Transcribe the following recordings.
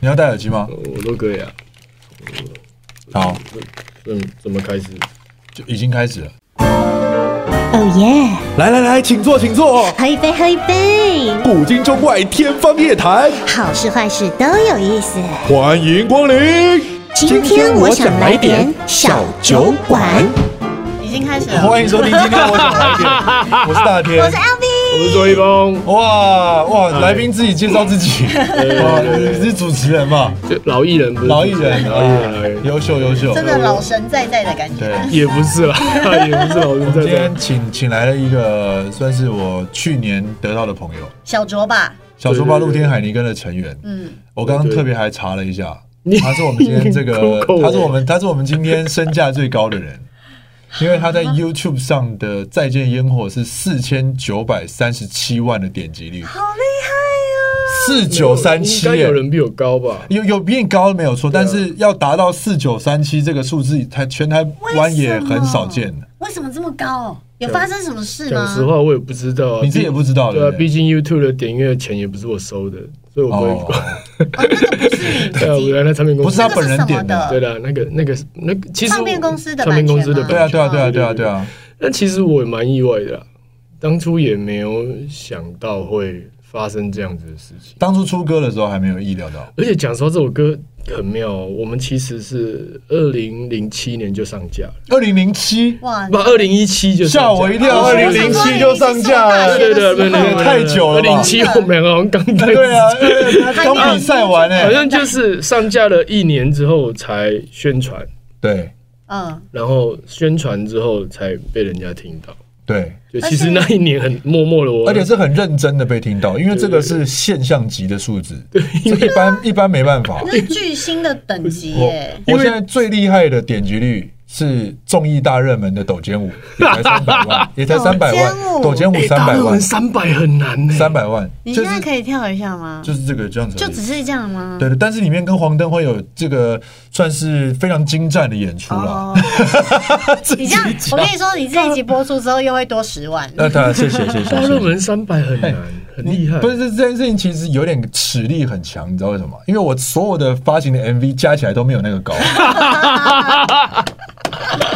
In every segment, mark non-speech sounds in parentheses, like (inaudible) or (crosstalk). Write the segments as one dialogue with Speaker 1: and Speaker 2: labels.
Speaker 1: 你要戴耳机吗？
Speaker 2: 我都可以啊。
Speaker 1: 好，
Speaker 2: 嗯，怎么开始？
Speaker 1: 就已经开始了。
Speaker 3: Oh
Speaker 4: 哦耶！
Speaker 5: 来来来，请坐，请坐。
Speaker 4: 喝一杯，喝一杯，
Speaker 5: 古今中外，天方夜谭，
Speaker 4: 好事坏事都有意思。
Speaker 5: 欢迎光临。
Speaker 4: 今天我想来点小酒馆。
Speaker 3: 已经开始了。
Speaker 1: 欢迎收听今天的我想来
Speaker 5: (laughs)
Speaker 1: 点，我是大
Speaker 3: (laughs)
Speaker 1: 天，
Speaker 4: 我是 L V，
Speaker 2: 我是周一峰，
Speaker 1: 哇哇，
Speaker 5: 哎
Speaker 1: 来宾自己介绍自己，哇，你是主持人嘛？
Speaker 2: 就老艺人不是
Speaker 1: 老艺人
Speaker 5: 哎
Speaker 1: 哎
Speaker 2: 老艺人，老艺人
Speaker 1: 优秀优秀
Speaker 3: 真。的老神在在的感
Speaker 1: 对
Speaker 3: 觉。，
Speaker 2: 也不
Speaker 1: (laughs)
Speaker 2: 是啦，也不是老人在
Speaker 1: 今
Speaker 2: 这
Speaker 1: 天。请请来了一个算是我去年得到的朋友，
Speaker 3: 小卓吧，
Speaker 1: 小猪八露
Speaker 2: 对对对
Speaker 1: 天海尼根的成员。
Speaker 3: 嗯，
Speaker 1: 我刚刚
Speaker 2: 对
Speaker 1: 特别还查了一下，
Speaker 2: 你
Speaker 1: 他是我们今天这个，
Speaker 2: Google
Speaker 1: 他是我们他是我们今天身价最高的人，因为他在 YouTube 上的《再见烟火》是四千九百三十七万的点击率，
Speaker 3: 好厉害
Speaker 1: 四九三七
Speaker 2: 应该有人比我高吧？
Speaker 1: 有有比你高没有错，但是要达到四九三七这个数字，台全台湾也很少见的。
Speaker 3: 哦！为什么这么高？有发生什么事
Speaker 2: 讲
Speaker 3: 吗？
Speaker 2: 实话，我也不知道啊。
Speaker 1: 你自己也不知道
Speaker 2: 对
Speaker 1: 对
Speaker 2: 啊
Speaker 1: 不，对
Speaker 2: 毕竟 YouTube 的点阅钱也不是我收的，所以我不会管。
Speaker 1: 哦，
Speaker 3: 哦，那个不是你
Speaker 2: (laughs)
Speaker 3: 自
Speaker 2: 对
Speaker 3: (laughs)
Speaker 2: 啊，我
Speaker 3: 己，
Speaker 2: 原来唱片
Speaker 1: 不
Speaker 2: 公司
Speaker 1: 是他本人点
Speaker 2: (laughs)
Speaker 3: 那个
Speaker 1: 的，
Speaker 2: 对啦，那个那个那个，其实我
Speaker 3: 唱片公司的
Speaker 2: 唱片公司的
Speaker 3: 版
Speaker 1: 对
Speaker 3: 权
Speaker 1: 啊
Speaker 3: 吗
Speaker 2: 版权，
Speaker 1: 对啊对啊对啊对啊，
Speaker 2: 但其实我也蛮意外的啦，当初也没有想到会发生这样子的事情。
Speaker 1: 当初出歌的时候还没有意料到，
Speaker 2: 而且讲实话，这首歌很妙哦，我们其实是二零零七年就上架了，
Speaker 1: 二零零七
Speaker 3: 哇，
Speaker 2: 不，二零一七就上
Speaker 1: 吓
Speaker 2: 架
Speaker 1: 我一跳，
Speaker 3: 我
Speaker 1: 二
Speaker 3: 想
Speaker 1: 零
Speaker 3: 说
Speaker 1: 零七就上架了
Speaker 3: 你是说
Speaker 2: 对
Speaker 3: 大。
Speaker 2: 对对，
Speaker 3: 那
Speaker 1: 也太久了吧
Speaker 2: 二零七我们两个好像刚开始
Speaker 1: 对啊，刚比赛完哎、
Speaker 2: (laughs) 好像就是上架了一年之后才宣传，
Speaker 1: 对
Speaker 3: 嗯，
Speaker 2: 然后宣传之后才被人家听到。
Speaker 1: 对，
Speaker 2: 就其实那一年很默默的我，
Speaker 1: 而且是很认真的被听到，因为这个是现象级的数字，这一般一般没办法。
Speaker 3: 这是巨星的等级
Speaker 1: 我
Speaker 3: 耶！
Speaker 1: 我现在最厉害的点击率是综艺大热门的抖肩舞，也才三百万，也才三百万，抖
Speaker 3: 抖
Speaker 2: 哎
Speaker 1: 肩舞三百万，
Speaker 2: 三百很难呢、
Speaker 1: 三百万，
Speaker 3: 你
Speaker 1: 就
Speaker 3: 现在
Speaker 1: 是
Speaker 3: 可以跳一下吗？
Speaker 1: 就是这个这样子
Speaker 3: 就
Speaker 1: 而已。
Speaker 3: 只是这样吗？
Speaker 1: 对的，但是里面跟黄灯会有这个算是非常精湛的演出啦。 (laughs)
Speaker 3: 哦，你这样，我跟你说，你这一集播出之后又会多十万。
Speaker 1: 那他谢谢谢谢
Speaker 2: 大
Speaker 1: 谢谢。
Speaker 2: 热门三百很难，很厉害。
Speaker 1: 不是这件事情，其实有点齿力很强，你知道为什么？因为我所有的发行的 MV 加起来都没有那个
Speaker 3: (laughs)
Speaker 1: 高，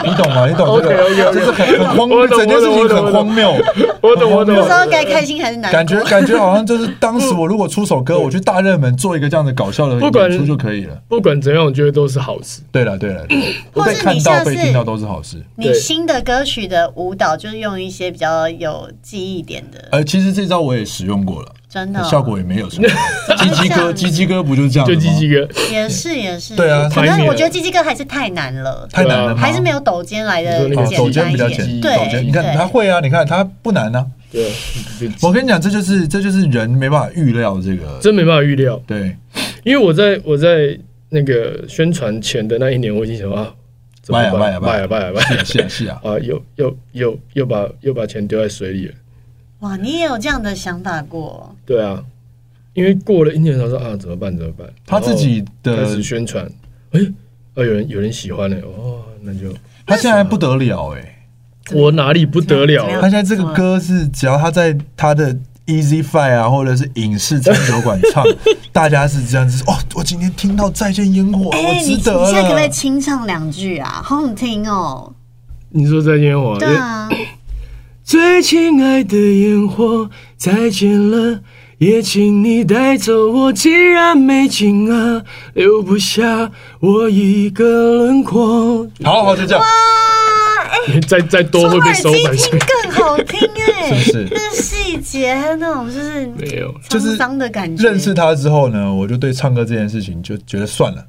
Speaker 1: 你懂吗？你懂这个
Speaker 2: OK，OK，OK
Speaker 1: 就是很很荒谬，
Speaker 2: 我懂
Speaker 1: 整件事情
Speaker 2: 我懂
Speaker 1: 很
Speaker 2: 我懂
Speaker 1: 荒谬，
Speaker 2: 我懂我懂
Speaker 3: 不知道该开心还是难过。
Speaker 1: 感觉感觉好像就是当时我如果出首歌，我去大热门做一个这样的搞笑的
Speaker 2: 不管
Speaker 1: 演出就可以了。
Speaker 2: 不管怎样，我觉得都是好事。
Speaker 1: 对了对了，对了
Speaker 3: 或是
Speaker 1: 被
Speaker 3: 你
Speaker 1: 看到
Speaker 3: 像
Speaker 1: 被
Speaker 3: 是
Speaker 1: 听到都是好事。
Speaker 3: 你新的歌曲的舞蹈就是用一些比较有记忆点的，
Speaker 1: 呃，其实这招我也使用过了，
Speaker 3: 真的哦
Speaker 1: 效果也没有
Speaker 3: (laughs)
Speaker 1: 什么。鸡鸡哥，鸡鸡哥不就是这样
Speaker 2: 就
Speaker 1: 的吗
Speaker 2: 鸡鸡哥，
Speaker 3: 也是也是。
Speaker 1: 对啊
Speaker 3: 可
Speaker 2: 排
Speaker 3: 能
Speaker 2: 面
Speaker 3: 我觉得鸡鸡哥还是太难了，
Speaker 1: 太难了吗？
Speaker 3: 啊还是没有抖肩来的
Speaker 2: 你说
Speaker 1: 哦
Speaker 2: 那个
Speaker 1: 抖
Speaker 3: 简
Speaker 1: 肩
Speaker 3: 单
Speaker 1: 比
Speaker 3: 一
Speaker 1: 较
Speaker 3: 点。
Speaker 1: 简，
Speaker 3: 对
Speaker 1: 抖肩，你看
Speaker 3: 对
Speaker 1: 他会啊，你看他不难啊。
Speaker 2: 对， (laughs)
Speaker 1: 我跟你讲，这就是这就是人没办法预料这个。
Speaker 2: 真没办法预料， (laughs)
Speaker 1: 对，
Speaker 2: 因为我在我在那个宣传前的那一年，我已经想说啊，怎么办
Speaker 1: 卖啊卖
Speaker 2: 卖
Speaker 1: 啊
Speaker 2: 啊卖啊卖
Speaker 1: 是
Speaker 2: 啊
Speaker 1: 啊是啊是啊，
Speaker 2: 啊，又又又又把又把钱丢在水里了。
Speaker 3: 哇，你也有这样的想法过？
Speaker 2: 对啊，因为过了一年，他说啊，怎么办怎么办？
Speaker 1: 他自己
Speaker 2: 然后开
Speaker 1: 的
Speaker 2: 始宣传，哎、啊，有人有人喜欢了、哦，那就
Speaker 1: 他现在不得了哎，
Speaker 2: 我哪里不得了啊
Speaker 3: 怎么
Speaker 2: 了
Speaker 1: 他？现在这个歌是只要他在他的 Easy Five 啊，或者是影视餐酒馆
Speaker 3: (laughs)
Speaker 1: 唱，大家是这样子哦，我今天听到《再见烟火》，我
Speaker 3: 你
Speaker 1: 值
Speaker 3: 哎你
Speaker 1: 得
Speaker 3: 现在可不可以
Speaker 1: 了。
Speaker 3: 清唱两句啊？好好听哦。
Speaker 2: 你说再见烟火，
Speaker 3: 对啊，
Speaker 2: 最亲爱的烟火，再见了，也请你带走我。既然没情啊，留不下我一个轮廓。
Speaker 1: 好好就这样，
Speaker 2: (laughs)
Speaker 3: 哎
Speaker 2: 再再多
Speaker 3: 从
Speaker 2: 会被
Speaker 3: 耳
Speaker 2: 收
Speaker 3: 机
Speaker 2: 版
Speaker 3: 听
Speaker 2: 税。
Speaker 3: 更好听哎，
Speaker 1: 是不是
Speaker 3: 那细节还有那种就是
Speaker 2: 没有，
Speaker 1: 就是
Speaker 3: 沧桑的感觉。
Speaker 1: 认识他之后呢，我就对唱歌这件事情就觉得算了。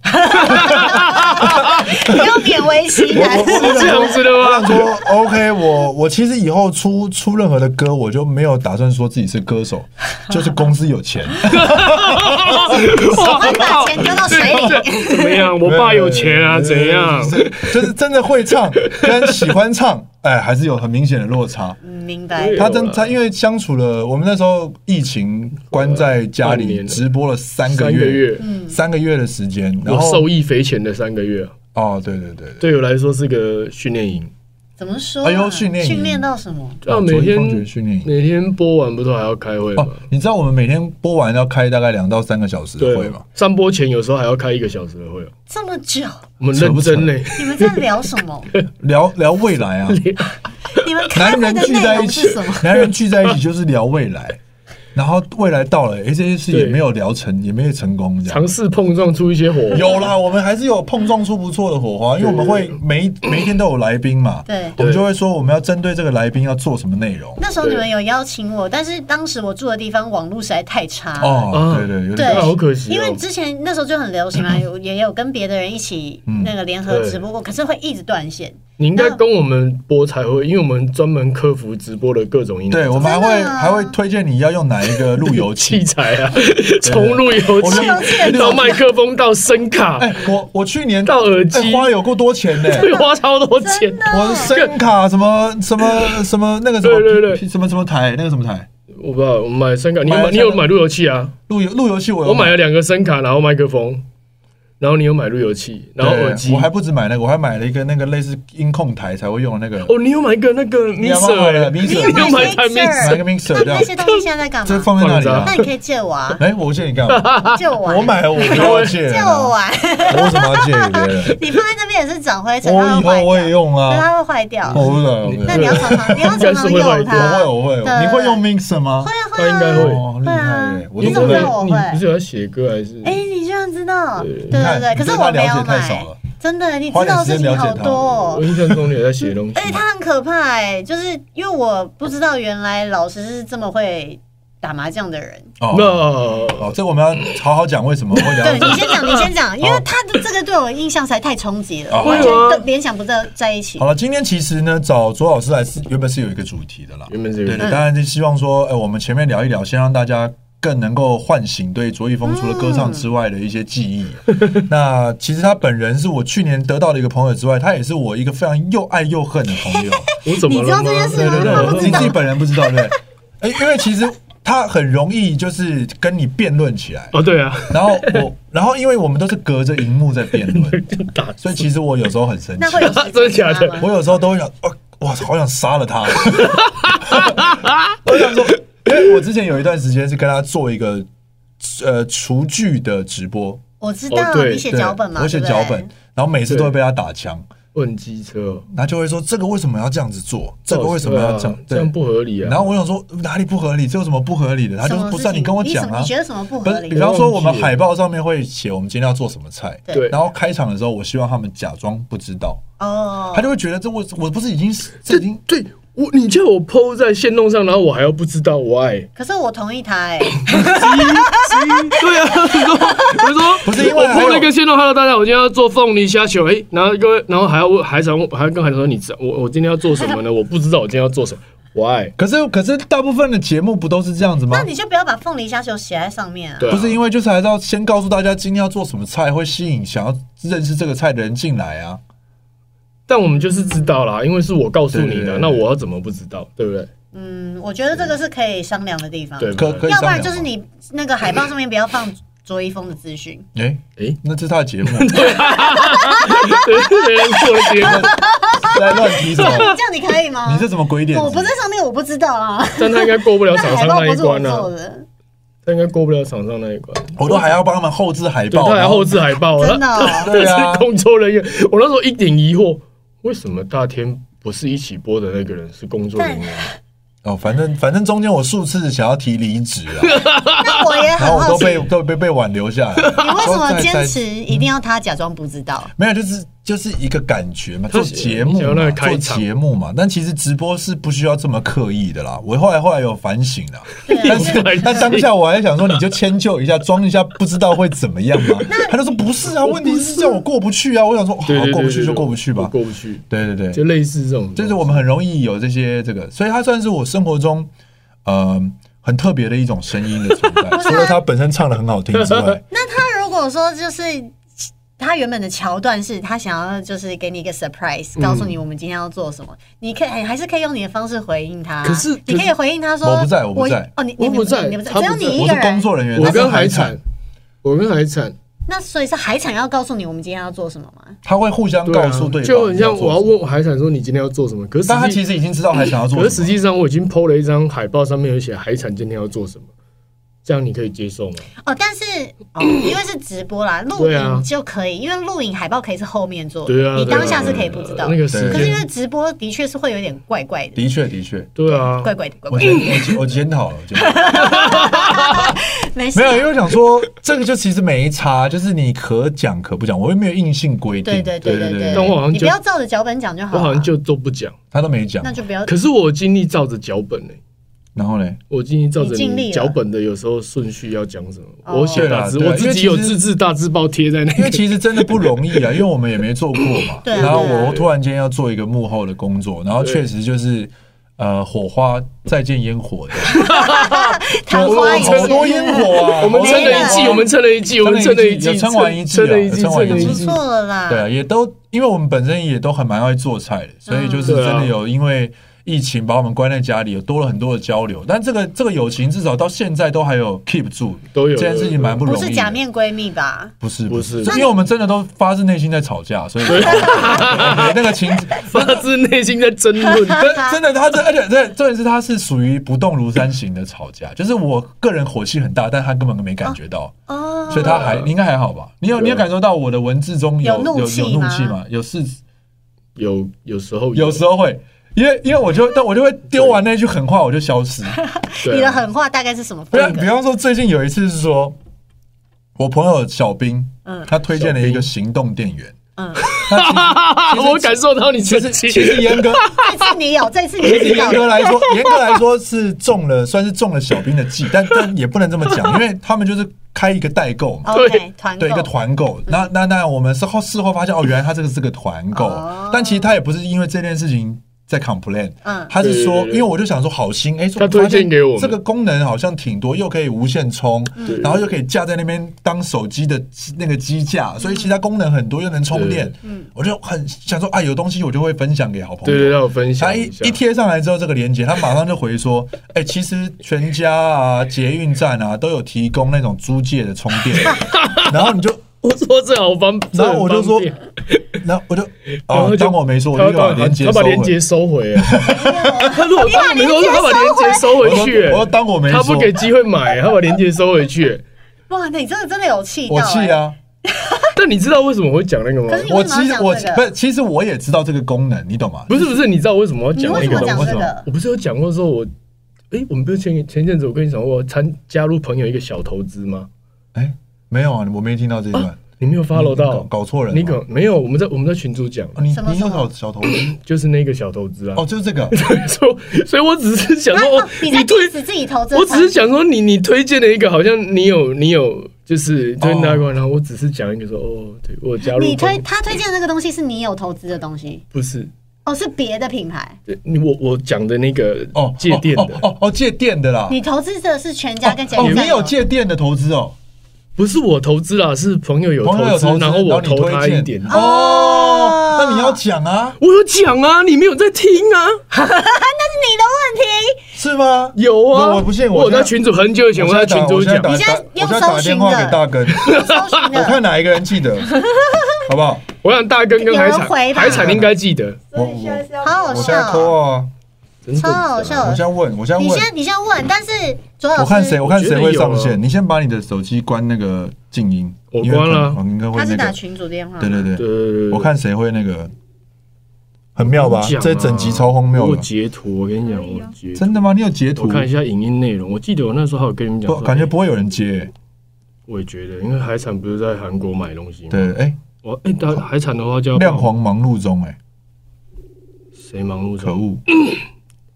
Speaker 3: 不用勉为其难。
Speaker 2: 是哦这样子的
Speaker 1: 我想
Speaker 2: 吗？
Speaker 1: 说，OK，我我其实以后出出任何的歌，我就没有打算说自己是歌手，就是公司有钱。
Speaker 3: 我会把钱丢到水里。
Speaker 2: 怎么样？我爸有钱啊？
Speaker 1: 对
Speaker 2: 怎样？
Speaker 1: 就是就是真的会唱，跟喜欢唱， (laughs) 哎，还是有很明显的落差。
Speaker 3: 嗯明白。
Speaker 2: 对
Speaker 1: 他真
Speaker 2: 有啦啊
Speaker 1: 他因为相处了，我们那时候疫情关在家
Speaker 2: 半
Speaker 1: 里，
Speaker 2: 年了
Speaker 1: 直播了三个
Speaker 2: 三个
Speaker 1: 月，
Speaker 2: 月，
Speaker 1: 三个月的时间，然
Speaker 2: 我
Speaker 1: 后
Speaker 2: 受益匪浅的三个月啊，
Speaker 1: 哦，对对对对，
Speaker 2: 对我来说是个训练营。
Speaker 3: 怎么说啊？
Speaker 1: 哎呦训练营
Speaker 3: 训练到什么？
Speaker 2: 要每
Speaker 1: 昨天
Speaker 2: 天
Speaker 1: 啊放学训练营
Speaker 2: 每天播完不都还要开会吗
Speaker 1: 哦？，你知道我们每天播完要开大概两到三个小时的会
Speaker 2: 对
Speaker 1: 吗？，
Speaker 2: 上播前有时候还要开一个小时的会哦，
Speaker 3: 这么久，
Speaker 2: 我们认真嘞，
Speaker 3: 你们在聊什么？
Speaker 1: 聊聊未来
Speaker 3: (laughs)
Speaker 1: 啊，
Speaker 3: 你们开
Speaker 1: 男
Speaker 3: 会
Speaker 1: 人
Speaker 3: 的
Speaker 1: 聚
Speaker 3: 内
Speaker 1: 在一
Speaker 3: 容
Speaker 1: 起
Speaker 3: 是什么？，
Speaker 1: 男人聚在一起就是聊未来，然后未来到了，哎，这些事也没有聊成，也没有成功，这样
Speaker 2: 尝试碰撞出一些火花。
Speaker 1: 有啦，我们还是有碰撞出不错的火花，因为我们会每每一天都有来宾嘛，
Speaker 3: 对
Speaker 1: 我们就会说我们要针对这个来宾要做什么内容。
Speaker 3: 那时候你们有邀请我，但是当时我住的地方网络实在太差了。
Speaker 1: 哦，
Speaker 2: 啊
Speaker 1: 对对，有
Speaker 3: 对，
Speaker 1: 点
Speaker 2: 那好可惜哦
Speaker 3: 因为之前那时候就很流行嘛，有也有跟别的人一起那个联合直播过，可是会一直断线。
Speaker 2: 你应该跟我们播才会，因为我们专门克服直播的各种音
Speaker 1: 对，我们还
Speaker 3: 真
Speaker 1: 会
Speaker 3: 的啊
Speaker 1: 还会推荐你要用哪一个路由器
Speaker 2: (laughs) 器。材啊，从路由
Speaker 1: 我们
Speaker 2: 器到麦克风到声卡，
Speaker 1: 哎，我我去年
Speaker 2: 到耳机啊
Speaker 1: 哎花有够多钱呢，
Speaker 2: 会花超多钱
Speaker 3: 真。的
Speaker 1: 我的声卡什么什么什么那个什么
Speaker 2: 对对对
Speaker 1: P- P- 什么什么台那个什么台
Speaker 2: 我不知道，我买声卡，你有
Speaker 1: 买
Speaker 2: 买
Speaker 1: 了
Speaker 2: 你有买路由器啊？
Speaker 1: 路由路由器我有
Speaker 2: 我买了两个声卡，然后麦克风，然后你有买路由器，然后
Speaker 1: 对
Speaker 2: 耳机。
Speaker 1: 哎我还不止买那个，我还买了一个那个类似音控台才会用的那个，
Speaker 2: 哦，你有买一个那个
Speaker 1: 你要不要买了
Speaker 2: mixer，
Speaker 1: mixer
Speaker 2: 你有买台
Speaker 3: 你有买 mixer
Speaker 1: 买了
Speaker 2: mixer，
Speaker 1: 个 mixer
Speaker 3: 那
Speaker 1: 这样
Speaker 3: 啊那，些东西现在在干
Speaker 1: 这
Speaker 3: 嘛？
Speaker 1: 放在那里啊
Speaker 3: 那。你可以借
Speaker 1: (laughs)
Speaker 3: 我啊，
Speaker 1: 哎，我借你
Speaker 2: (laughs)
Speaker 1: 干嘛？
Speaker 3: 借我玩，
Speaker 1: 我买了，我不要借
Speaker 3: 借
Speaker 1: 人
Speaker 3: 我
Speaker 1: 啊，
Speaker 3: 玩。
Speaker 1: 我为什么要借给别人？
Speaker 3: (laughs) 你放在那边也是长灰尘，它
Speaker 1: 我
Speaker 3: 会
Speaker 1: 以后我
Speaker 3: 坏
Speaker 1: 也
Speaker 3: 掉，
Speaker 1: 用
Speaker 3: 对，
Speaker 1: 啊，
Speaker 3: 它会坏掉。
Speaker 1: 我不能，我不
Speaker 3: 那
Speaker 1: 能
Speaker 3: 你要
Speaker 1: (laughs)
Speaker 3: 常常，你要常常用它。
Speaker 1: 我会，我
Speaker 3: 对
Speaker 1: 会，你会用 mixer 吗？
Speaker 3: 会啊
Speaker 2: 他应该会。
Speaker 1: 哦，厉害耶！我都
Speaker 3: 你怎
Speaker 1: 不
Speaker 3: 么
Speaker 1: 会
Speaker 3: 知道。我
Speaker 2: 你
Speaker 3: 会
Speaker 2: 不是有要写歌还是？
Speaker 3: 哎，你居然知道？对
Speaker 1: 你
Speaker 3: 对
Speaker 1: 看
Speaker 3: 对，
Speaker 1: 你
Speaker 3: 可是
Speaker 1: 对
Speaker 3: 我
Speaker 1: 他
Speaker 3: 没有
Speaker 1: 了解太少
Speaker 3: 买
Speaker 1: 了，
Speaker 3: 真的，你知道的事情好多
Speaker 2: 我
Speaker 3: 哦。
Speaker 2: 印象中你有在写东西
Speaker 3: 而。且它很可怕哎，就是因为我不知道原来老师是这么会打麻将的人。
Speaker 1: 哦，
Speaker 2: 那
Speaker 1: 好，这个我们要好好讲为什么会
Speaker 3: 对你
Speaker 1: 聊。
Speaker 3: 先讲，你先讲，因为他的这个对我印象实在太冲击了，
Speaker 1: 哦
Speaker 3: 完全
Speaker 2: 会吗
Speaker 3: 都联想不到在一起
Speaker 1: 好。了，今天其实呢，找左老师来是原本是有一个主题的啦，
Speaker 2: 原本是有
Speaker 1: 对
Speaker 2: 一
Speaker 1: 对，
Speaker 2: 个
Speaker 1: 当然就希望说，哎，我们前面聊一聊，先让大家更能够唤醒对卓一峰除了歌唱之外的一些记忆。那其实他本人是我去年得到的一个朋友之外，他也是我一个非常又爱又恨的朋友。
Speaker 2: 我怎么了吗？
Speaker 3: 你知道这件事
Speaker 1: 对
Speaker 3: 吗
Speaker 1: 对
Speaker 3: 他不
Speaker 1: 对，
Speaker 3: 知
Speaker 1: 你
Speaker 3: 道
Speaker 1: 自己本人不知道对不对？哎，因为其实他很容易就是跟你辩论起来。
Speaker 2: 哦，对啊，
Speaker 1: 然后我，然后因为我们都是隔着荧幕在辩
Speaker 2: (laughs)
Speaker 1: 论，
Speaker 2: 就打
Speaker 1: 所以其实我有时候很生
Speaker 3: 那
Speaker 1: 气
Speaker 3: 会，有时
Speaker 2: (laughs) 真的假的
Speaker 3: 间差吗
Speaker 1: 我有时候都会想，哇哇，好想杀
Speaker 2: (laughs)
Speaker 1: 了他。我想说，因为我之前有一段时间是跟他做一个呃厨具的直播，
Speaker 3: 我知
Speaker 2: 哦
Speaker 3: 道啊
Speaker 2: 对
Speaker 3: 你写
Speaker 1: 对
Speaker 3: 脚本嘛，
Speaker 1: 我写
Speaker 3: 对不
Speaker 1: 脚
Speaker 3: 对
Speaker 1: 本，然后每次都会被他打枪，
Speaker 2: 问机车哦，
Speaker 1: 他就会说这个为什么要这样子做，这个为什么要这
Speaker 2: 对啊
Speaker 1: 样，
Speaker 2: 这样不合理啊。
Speaker 1: 然后我想说哪里不合理，这有什么不合理的？他
Speaker 3: 什
Speaker 1: 就
Speaker 3: 么
Speaker 1: 说不
Speaker 3: 事
Speaker 1: 是啊你
Speaker 3: 情
Speaker 1: 跟我讲
Speaker 3: 什么
Speaker 1: 啊
Speaker 3: 你，觉得什么不
Speaker 1: 不
Speaker 3: 合
Speaker 1: 是，
Speaker 3: 理
Speaker 1: 比
Speaker 3: 的？
Speaker 1: 方说我
Speaker 2: 忘
Speaker 1: 们
Speaker 2: 记了
Speaker 1: 海报上面会写我们今天要做什么菜，
Speaker 3: 对
Speaker 2: 对
Speaker 1: 然后开场的时候我希望他们假装不知道，
Speaker 3: 哦，
Speaker 1: 他就会觉得这我我不是已经这已
Speaker 2: 这
Speaker 1: 经
Speaker 2: 对我，你叫我 PO 在线动上，然后我还要不知道 why？
Speaker 3: 可是我同意
Speaker 1: (coughs)
Speaker 3: 他哎，
Speaker 2: 对啊，我说我说
Speaker 1: 不是因为
Speaker 2: 我
Speaker 1: 还有
Speaker 2: PO 了一个线动，Hello 大家，我今天要做凤梨虾球，哎，然后各位，然后还要问，还想还要跟海豚说，你知道我我今天要做什么呢？我不知道我今天要做什么，why？
Speaker 1: 可是可是大部分的节目不都是这样子吗
Speaker 3: 那？你就不要把凤梨虾球写在上面啊。
Speaker 2: 对啊，
Speaker 1: 不是因为就是还是要先告诉大家今天要做什么菜，会吸引想要认识这个菜的人进来啊。
Speaker 2: 但我们就是知道啦，因为是我告诉
Speaker 1: 对
Speaker 2: 你
Speaker 1: 对
Speaker 2: 的，
Speaker 1: 对
Speaker 2: 那我要怎么不知道，对不对？
Speaker 3: 嗯，我觉得这个是可以商量的地方。
Speaker 2: 对
Speaker 1: 可可以
Speaker 3: 要
Speaker 1: 商
Speaker 3: 不
Speaker 1: 量吗。
Speaker 3: 然就是你那个海报上面不要放卓一峰的
Speaker 1: (coughs)
Speaker 3: 资讯，
Speaker 1: 哎哎
Speaker 2: 哎，
Speaker 1: 那这是他的节
Speaker 2: (laughs)
Speaker 1: 目，
Speaker 2: 对，人做了节目，
Speaker 1: 在乱提什么？
Speaker 3: (laughs) 这样你可以吗？哦
Speaker 1: 你这怎么鬼点子？
Speaker 3: 我不在上面，我不知道啊。
Speaker 2: (laughs) 但他应该过不了
Speaker 3: 那
Speaker 2: 厂商
Speaker 3: 海报
Speaker 2: 那
Speaker 3: 不
Speaker 2: 一
Speaker 3: 是我
Speaker 2: 关
Speaker 3: 做
Speaker 2: 啊，
Speaker 3: 的，
Speaker 2: 他应该过不了厂商那一关。
Speaker 1: 我都还要帮他们后置海
Speaker 2: 对，
Speaker 1: 报，
Speaker 2: 他还
Speaker 1: 然后
Speaker 2: 后置海报，
Speaker 3: 真的哦
Speaker 2: 他
Speaker 1: 对啊
Speaker 2: 他是工作人员。我那时候一点疑惑，为什么大天不是一起播的那个人是工作人员？
Speaker 1: 哦，反正反正中间我数次想要提离职啊，
Speaker 3: 那我也很
Speaker 1: 然后我
Speaker 3: (laughs) 好
Speaker 1: 都
Speaker 3: 奇，
Speaker 1: 被都被被挽留下来。
Speaker 3: 你为什么坚
Speaker 1: 再
Speaker 3: 持
Speaker 1: 再
Speaker 3: 一定要他假装不知道？
Speaker 1: 没有，就是就是一个感觉嘛，
Speaker 2: 他
Speaker 1: 做节目
Speaker 2: 想要那
Speaker 1: 嘛，
Speaker 2: 个
Speaker 1: 做
Speaker 2: 开场
Speaker 1: 节目嘛。但其实直播是不需要这么刻意的啦。我后来后来有反省啦，
Speaker 3: 对啊
Speaker 1: 但是但当下我还想说，你就迁就一下，装一下，不知道会怎么样
Speaker 3: (laughs)
Speaker 1: 嘛。他就说不是啊，问题是叫我过不去啊。我想说，
Speaker 2: 对
Speaker 1: 好
Speaker 2: 对对，
Speaker 1: 过不去
Speaker 2: 对
Speaker 1: 就过不去吧。
Speaker 2: 过不去，
Speaker 1: 对对对，
Speaker 2: 就类似这种。
Speaker 1: 就是我们很容易有这些这个，所以它算是我生活中，呃，很特别的一种声音的存
Speaker 3: (laughs)
Speaker 1: 在。除了它本身唱的很好听之外，
Speaker 3: 那他如果说就是他原本的桥段是他想要就是给你一个 surprise，告诉你我们今天要做什么，你可以还是可以用你的方式回应他。
Speaker 2: 可是
Speaker 3: 你可以回应他说
Speaker 1: 我不在我不在
Speaker 3: 哦，你你
Speaker 2: 我不在
Speaker 3: 你不在，
Speaker 2: 他
Speaker 3: 只
Speaker 2: 不在
Speaker 3: 有 (laughs) 你一
Speaker 1: 我
Speaker 3: 个
Speaker 1: 是
Speaker 3: 人。
Speaker 1: 工作人员，
Speaker 2: 我
Speaker 1: 他是
Speaker 2: 跟海
Speaker 1: 产
Speaker 2: 产，我跟海产，
Speaker 3: 那所以是海产要告诉你我们今天要做什么吗？
Speaker 1: 他会互相告诉对方，
Speaker 2: 啊就很像我要问我海产说你今天要做什么，可是
Speaker 1: 但他
Speaker 2: 实
Speaker 1: 其
Speaker 2: 际
Speaker 1: 实已经知道还想要做什
Speaker 2: 可
Speaker 1: 么，
Speaker 2: 是实际上我已经 PO 了一张海报，上面有写海产今天要做什么，这样你可以接受吗？
Speaker 3: 哦，但是哦，因为是直播啦，录
Speaker 2: 对啊
Speaker 3: 影就可以，因为录影海报可以是后面做，
Speaker 2: 对啊，
Speaker 3: 哦你
Speaker 2: 对啊
Speaker 3: 当下是可以不知道。
Speaker 2: 那个啊时
Speaker 3: 可是因为
Speaker 2: 间，
Speaker 3: 直播的确是会有点怪怪的，
Speaker 1: 的确的确，
Speaker 2: 对啊，
Speaker 3: 怪怪的，怪
Speaker 1: 我
Speaker 3: 怪
Speaker 1: 检
Speaker 3: 的，
Speaker 1: 我检我检讨了，我检讨了
Speaker 3: 没事
Speaker 1: 没。有，因为我想说这个就其实没差，就是你可讲可不讲，我又没有硬性规定，
Speaker 3: 对对对对对，
Speaker 2: 但我好像
Speaker 3: 你
Speaker 2: 就
Speaker 3: 不要照着脚本讲就好啊
Speaker 2: 我
Speaker 3: 了。
Speaker 2: 好像就都不讲，
Speaker 1: 他都没讲
Speaker 3: 那，就不要。
Speaker 2: 可是我尽力照着脚本呢、
Speaker 1: 然后呢？
Speaker 2: 我尽力照着
Speaker 3: 你尽力
Speaker 2: 你
Speaker 3: 了
Speaker 2: 脚本的，有时候顺序要讲什么，
Speaker 3: 哦
Speaker 2: 我写大字，
Speaker 1: 对啦对啦啊
Speaker 2: 我自己
Speaker 1: 因为
Speaker 2: 有
Speaker 1: 其实
Speaker 2: 自制大字报贴在那
Speaker 1: 因为
Speaker 2: 个，
Speaker 1: 其实真的不容易啊，因为我们也没做过嘛。
Speaker 3: 对啊
Speaker 1: 然后
Speaker 3: 对啊
Speaker 1: 我突然间要做一个幕后的工作，然后确实就是呃火花再见烟火的，
Speaker 3: 昙花一现，
Speaker 1: 好多烟
Speaker 3: (laughs)
Speaker 1: 火啊！
Speaker 2: 我们
Speaker 1: 好多
Speaker 2: 撑了
Speaker 1: 烟
Speaker 2: 一
Speaker 1: 火
Speaker 2: (laughs) 季，我们撑了一季，我们撑了一季，
Speaker 1: 有哦撑完一季啊
Speaker 2: 撑了一季，
Speaker 1: 有撑完一
Speaker 2: 撑了
Speaker 1: 季
Speaker 3: 不 (laughs) 错了啦。
Speaker 1: 对啊，也都因为我们本身也都很蛮爱做菜的，所以
Speaker 2: 嗯
Speaker 1: 就是
Speaker 2: 啊
Speaker 1: 真的有因为疫情把我们关在家里，有多了很多的交流。但这个这个友情至少到现在都还有 keep 住，
Speaker 2: 都有
Speaker 1: 这件事情蛮不容
Speaker 3: 不
Speaker 1: 易的。
Speaker 3: 是假面闺蜜吧？
Speaker 1: 不是
Speaker 2: 不是
Speaker 1: 因为我们真的都发自内心在吵架，所以对那个
Speaker 3: (laughs)
Speaker 1: 情
Speaker 2: 发自内心在争论，
Speaker 1: 真真的，他这而且这重点是他是属于不动如山型的吵架，就是我个人火气很大，但他根本没感觉到，
Speaker 3: 哦，
Speaker 1: 所以他还你应该还好吧？你有你
Speaker 2: 啊
Speaker 1: 有感受到我的文字中有有
Speaker 3: 有怒气
Speaker 1: 有怒
Speaker 3: 吗
Speaker 1: 气吗？有是
Speaker 2: 有有时候
Speaker 1: 有时候会，因为因为我就但我就会丢完那句狠话我就消失。
Speaker 2: 对啊
Speaker 3: 你的狠话大概是什么
Speaker 1: 比方
Speaker 3: 风格
Speaker 1: 比？方说最近有一次是说，我朋友小兵，
Speaker 3: 嗯
Speaker 1: 他推荐了一个行动电源，
Speaker 3: 嗯，
Speaker 2: (laughs) 啊我感受到你生气，
Speaker 1: 其实严格
Speaker 3: 这次
Speaker 1: (laughs)
Speaker 3: 你有，这次你
Speaker 1: 其实
Speaker 3: 知
Speaker 1: 严
Speaker 3: 道。
Speaker 1: 格来说，严格来说是中了，算是中了小兵的计，但但也不能这么讲，因为他们就是开一个代购嘛。
Speaker 3: OK，团购嗯
Speaker 1: 对一个团购，那那那我们事后事后发现哦，原来他这个是个团购，
Speaker 3: 哦
Speaker 1: 但其实他也不是因为这件事情在 complain，
Speaker 3: 嗯
Speaker 1: 他是说
Speaker 2: 对对，对
Speaker 1: 因为我就想说好心，哎，
Speaker 2: 他推荐
Speaker 1: 发现
Speaker 2: 给我们
Speaker 1: 这个功能好像挺多，又可以无线充，
Speaker 3: 嗯
Speaker 1: 然后又可以架在那边当手机的那个机架，所以
Speaker 3: 嗯
Speaker 1: 其他功能很多，又能充电，我就很想说啊，有东西我就会分享给好朋友，
Speaker 2: 对对，让我分享
Speaker 1: 他一
Speaker 2: 下
Speaker 1: 一贴上来之后，这个链接，他马上就回说：“哎、其实全家啊、捷运站啊都有提供那种租借的充
Speaker 2: (laughs)
Speaker 1: 电。”然后你就，
Speaker 2: 我说 (laughs) 这好方，
Speaker 1: 然后我就说
Speaker 2: 这很方便，
Speaker 1: 然后我就，
Speaker 2: (laughs) 然后
Speaker 1: 哦，
Speaker 2: 就
Speaker 1: 当我没说，我就把链接
Speaker 2: 他
Speaker 1: 收
Speaker 2: 把
Speaker 1: 回
Speaker 2: 连。接收回啊了。他如果当我没说，他把连接收
Speaker 1: 我
Speaker 2: 回去
Speaker 1: 说，我说当我没
Speaker 2: 他
Speaker 1: 说，
Speaker 2: 不给机会买，他把连接收回去。
Speaker 3: (laughs)
Speaker 2: (laughs)
Speaker 3: 哇，那你真的真的有气到？
Speaker 1: 我
Speaker 3: 欸
Speaker 1: 气！啊！
Speaker 2: 但你知道为什么我会讲那个吗
Speaker 3: 可？是你
Speaker 1: 我
Speaker 3: 为什么
Speaker 1: 其实
Speaker 3: 要
Speaker 1: 我
Speaker 3: 讲这
Speaker 1: 不
Speaker 3: 个？
Speaker 1: 是，其实我也知道这个功能，你懂吗？
Speaker 2: 不是不是，你知道为什么我要
Speaker 3: 你
Speaker 2: 讲
Speaker 3: 为
Speaker 2: 那
Speaker 3: 什
Speaker 2: 个
Speaker 3: 么
Speaker 1: 为什么？
Speaker 2: 吗
Speaker 3: 讲这个
Speaker 2: 我？不是有讲过说我，哎，我们不是前前阵子我跟你讲过，我参加入朋友一个小投资吗？
Speaker 1: 哎、没有啊，我没听到这一段。
Speaker 2: 你没有 follow
Speaker 1: 你
Speaker 2: 到
Speaker 1: 搞，搞错人了啊
Speaker 2: 你搞没有？我们在我们在群主讲，
Speaker 1: 哦你
Speaker 3: 什么
Speaker 1: 你有
Speaker 3: 什么
Speaker 1: 小小头
Speaker 2: (coughs)
Speaker 1: 巾
Speaker 2: 就是那个小投资啊
Speaker 1: 哦，。就是这个。
Speaker 2: (laughs) 所以所以我只是想
Speaker 3: 啊
Speaker 2: 说
Speaker 3: 哦， (laughs) 你在
Speaker 2: 推
Speaker 3: diss 自己投资？
Speaker 2: 我只是想说你，你推荐了一个，好像你有你有，
Speaker 1: 哦
Speaker 2: 就是推荐大家过来，然后我只是讲一个说，哦，对我有加入
Speaker 3: 你推
Speaker 2: 公
Speaker 3: 他推荐的那个东西是你有投资的东西，
Speaker 2: 不是
Speaker 3: 哦，是别的品牌。
Speaker 2: 对你我我讲的那个
Speaker 1: 哦，
Speaker 2: 借电
Speaker 1: 哦
Speaker 2: 的，
Speaker 1: 哦哦，借电的啦。
Speaker 3: 你投资的是全家跟捷
Speaker 1: 哦，
Speaker 3: 运
Speaker 1: 你
Speaker 3: 站
Speaker 1: 有借电的投资哦。
Speaker 2: 不是我投资啦，是朋友有
Speaker 1: 朋友
Speaker 2: 投
Speaker 1: 有
Speaker 2: 资
Speaker 1: 投，资，
Speaker 2: 然后我
Speaker 1: 你
Speaker 2: 投
Speaker 1: 推
Speaker 2: 他
Speaker 1: 荐啊
Speaker 2: 一点。
Speaker 1: 哦，那你要讲啊，
Speaker 2: 我有讲啊，你没有在听啊？
Speaker 3: 你的问题，
Speaker 1: 是吗？
Speaker 2: 有啊，
Speaker 1: 我我不信，
Speaker 2: 我
Speaker 1: 我
Speaker 2: 在群主很久以前我在群主
Speaker 1: 我现在，打我
Speaker 2: 讲
Speaker 3: 你现
Speaker 1: 现在
Speaker 3: 在用
Speaker 1: 打我
Speaker 3: 搜
Speaker 1: 现在打电
Speaker 3: 寻
Speaker 1: 话
Speaker 3: 的
Speaker 1: 给大根，
Speaker 3: (laughs) 搜
Speaker 1: (laughs)
Speaker 3: 寻
Speaker 1: 我看
Speaker 3: 的。
Speaker 1: 哪一个人记得，好不
Speaker 3: (laughs)
Speaker 1: 好？
Speaker 2: 我想大根跟海
Speaker 3: 有人回
Speaker 2: 产，
Speaker 3: 吧
Speaker 2: 海产应该记得。
Speaker 1: 我我
Speaker 3: 好好
Speaker 1: 我现在
Speaker 3: 笑
Speaker 1: 抠
Speaker 3: 哦，
Speaker 1: 啊，
Speaker 2: 真的
Speaker 3: 超好笑
Speaker 1: 我现在问，我现在
Speaker 3: 你
Speaker 1: 问
Speaker 3: 现，在你现在问，但是左老师
Speaker 1: 我看谁我看谁会上
Speaker 2: 我觉得有啊
Speaker 1: 线。你先把你的手机关那个静音，
Speaker 2: 我
Speaker 1: 因为
Speaker 2: 关了啊
Speaker 1: 可能哦应该会
Speaker 3: 他是
Speaker 1: 那
Speaker 3: 打
Speaker 1: 个，
Speaker 3: 群主电话，
Speaker 1: 对对
Speaker 2: 对
Speaker 1: 对，
Speaker 2: 对对对，
Speaker 1: 我看谁会那个，很妙吧
Speaker 2: 我讲？啊
Speaker 1: 这整集超荒谬
Speaker 2: 我有
Speaker 1: 的，
Speaker 2: 截图，我跟你讲，
Speaker 3: 哎
Speaker 2: 我有截图
Speaker 1: 真的吗？你有截
Speaker 2: 我
Speaker 1: 图？
Speaker 2: 看一下影音内容，我记得我那时候还有跟你们讲
Speaker 1: 不，
Speaker 2: 说，
Speaker 1: 感觉
Speaker 2: 哎
Speaker 1: 不会有人接。
Speaker 2: 我也觉得，因为海产不是在韩国买东西吗？，
Speaker 1: 对，哎，
Speaker 2: 我哎，但海产的话叫
Speaker 1: 亮黄忙碌中，哎，
Speaker 2: 谁忙碌？
Speaker 1: 可！恶。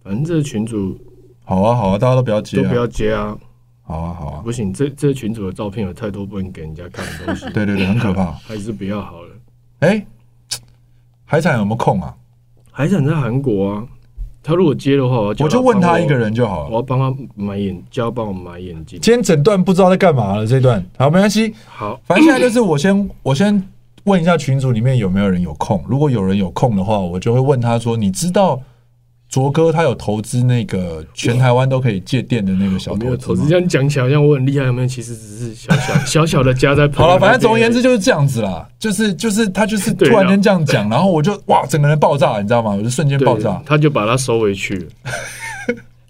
Speaker 2: 反正这个群主
Speaker 1: 好啊，好啊，大家都不要接
Speaker 2: 都
Speaker 1: 啊
Speaker 2: 不！要接啊，
Speaker 1: 好啊，好啊，
Speaker 2: 不行，这这个群主的照片有太多不能给人家看的东西，
Speaker 1: (laughs) 对对对，很可怕。
Speaker 2: 还是不要好了。
Speaker 1: 哎、海产有没有空啊？
Speaker 2: 海产在韩国啊，他如果接的话，我要叫
Speaker 1: 我就问
Speaker 2: 帮
Speaker 1: 他
Speaker 2: 我
Speaker 1: 一个，人就好
Speaker 2: 我
Speaker 1: 了。
Speaker 2: 要帮他买眼，叫他帮我买眼镜。
Speaker 1: 今天整段不知道在干嘛了，这段 (laughs) 好没关系，
Speaker 2: 好，
Speaker 1: 反正现在就是 (coughs) 我先我先问一下群组里面有没有人有空，如果有人有空的话，我就会问他说，你知道卓哥他有投资那个全台湾都可以借电的那个小
Speaker 2: 我没有投
Speaker 1: 投
Speaker 2: 资，
Speaker 1: 资
Speaker 2: 这
Speaker 1: 吗。
Speaker 2: 样讲起来好像我很厉害，有没有？其实只是小小 (laughs) 小小的加在朋
Speaker 1: 好
Speaker 2: 友
Speaker 1: 了，
Speaker 2: 那边
Speaker 1: 反正总而言之，就是这样子啦，就是就是他就是突
Speaker 2: 对
Speaker 1: 然
Speaker 2: 啦
Speaker 1: 间这样讲，然后我就哇，整个人爆炸，你知道吗？我就瞬间
Speaker 2: 对
Speaker 1: 爆炸。
Speaker 2: 他就把它收回去了。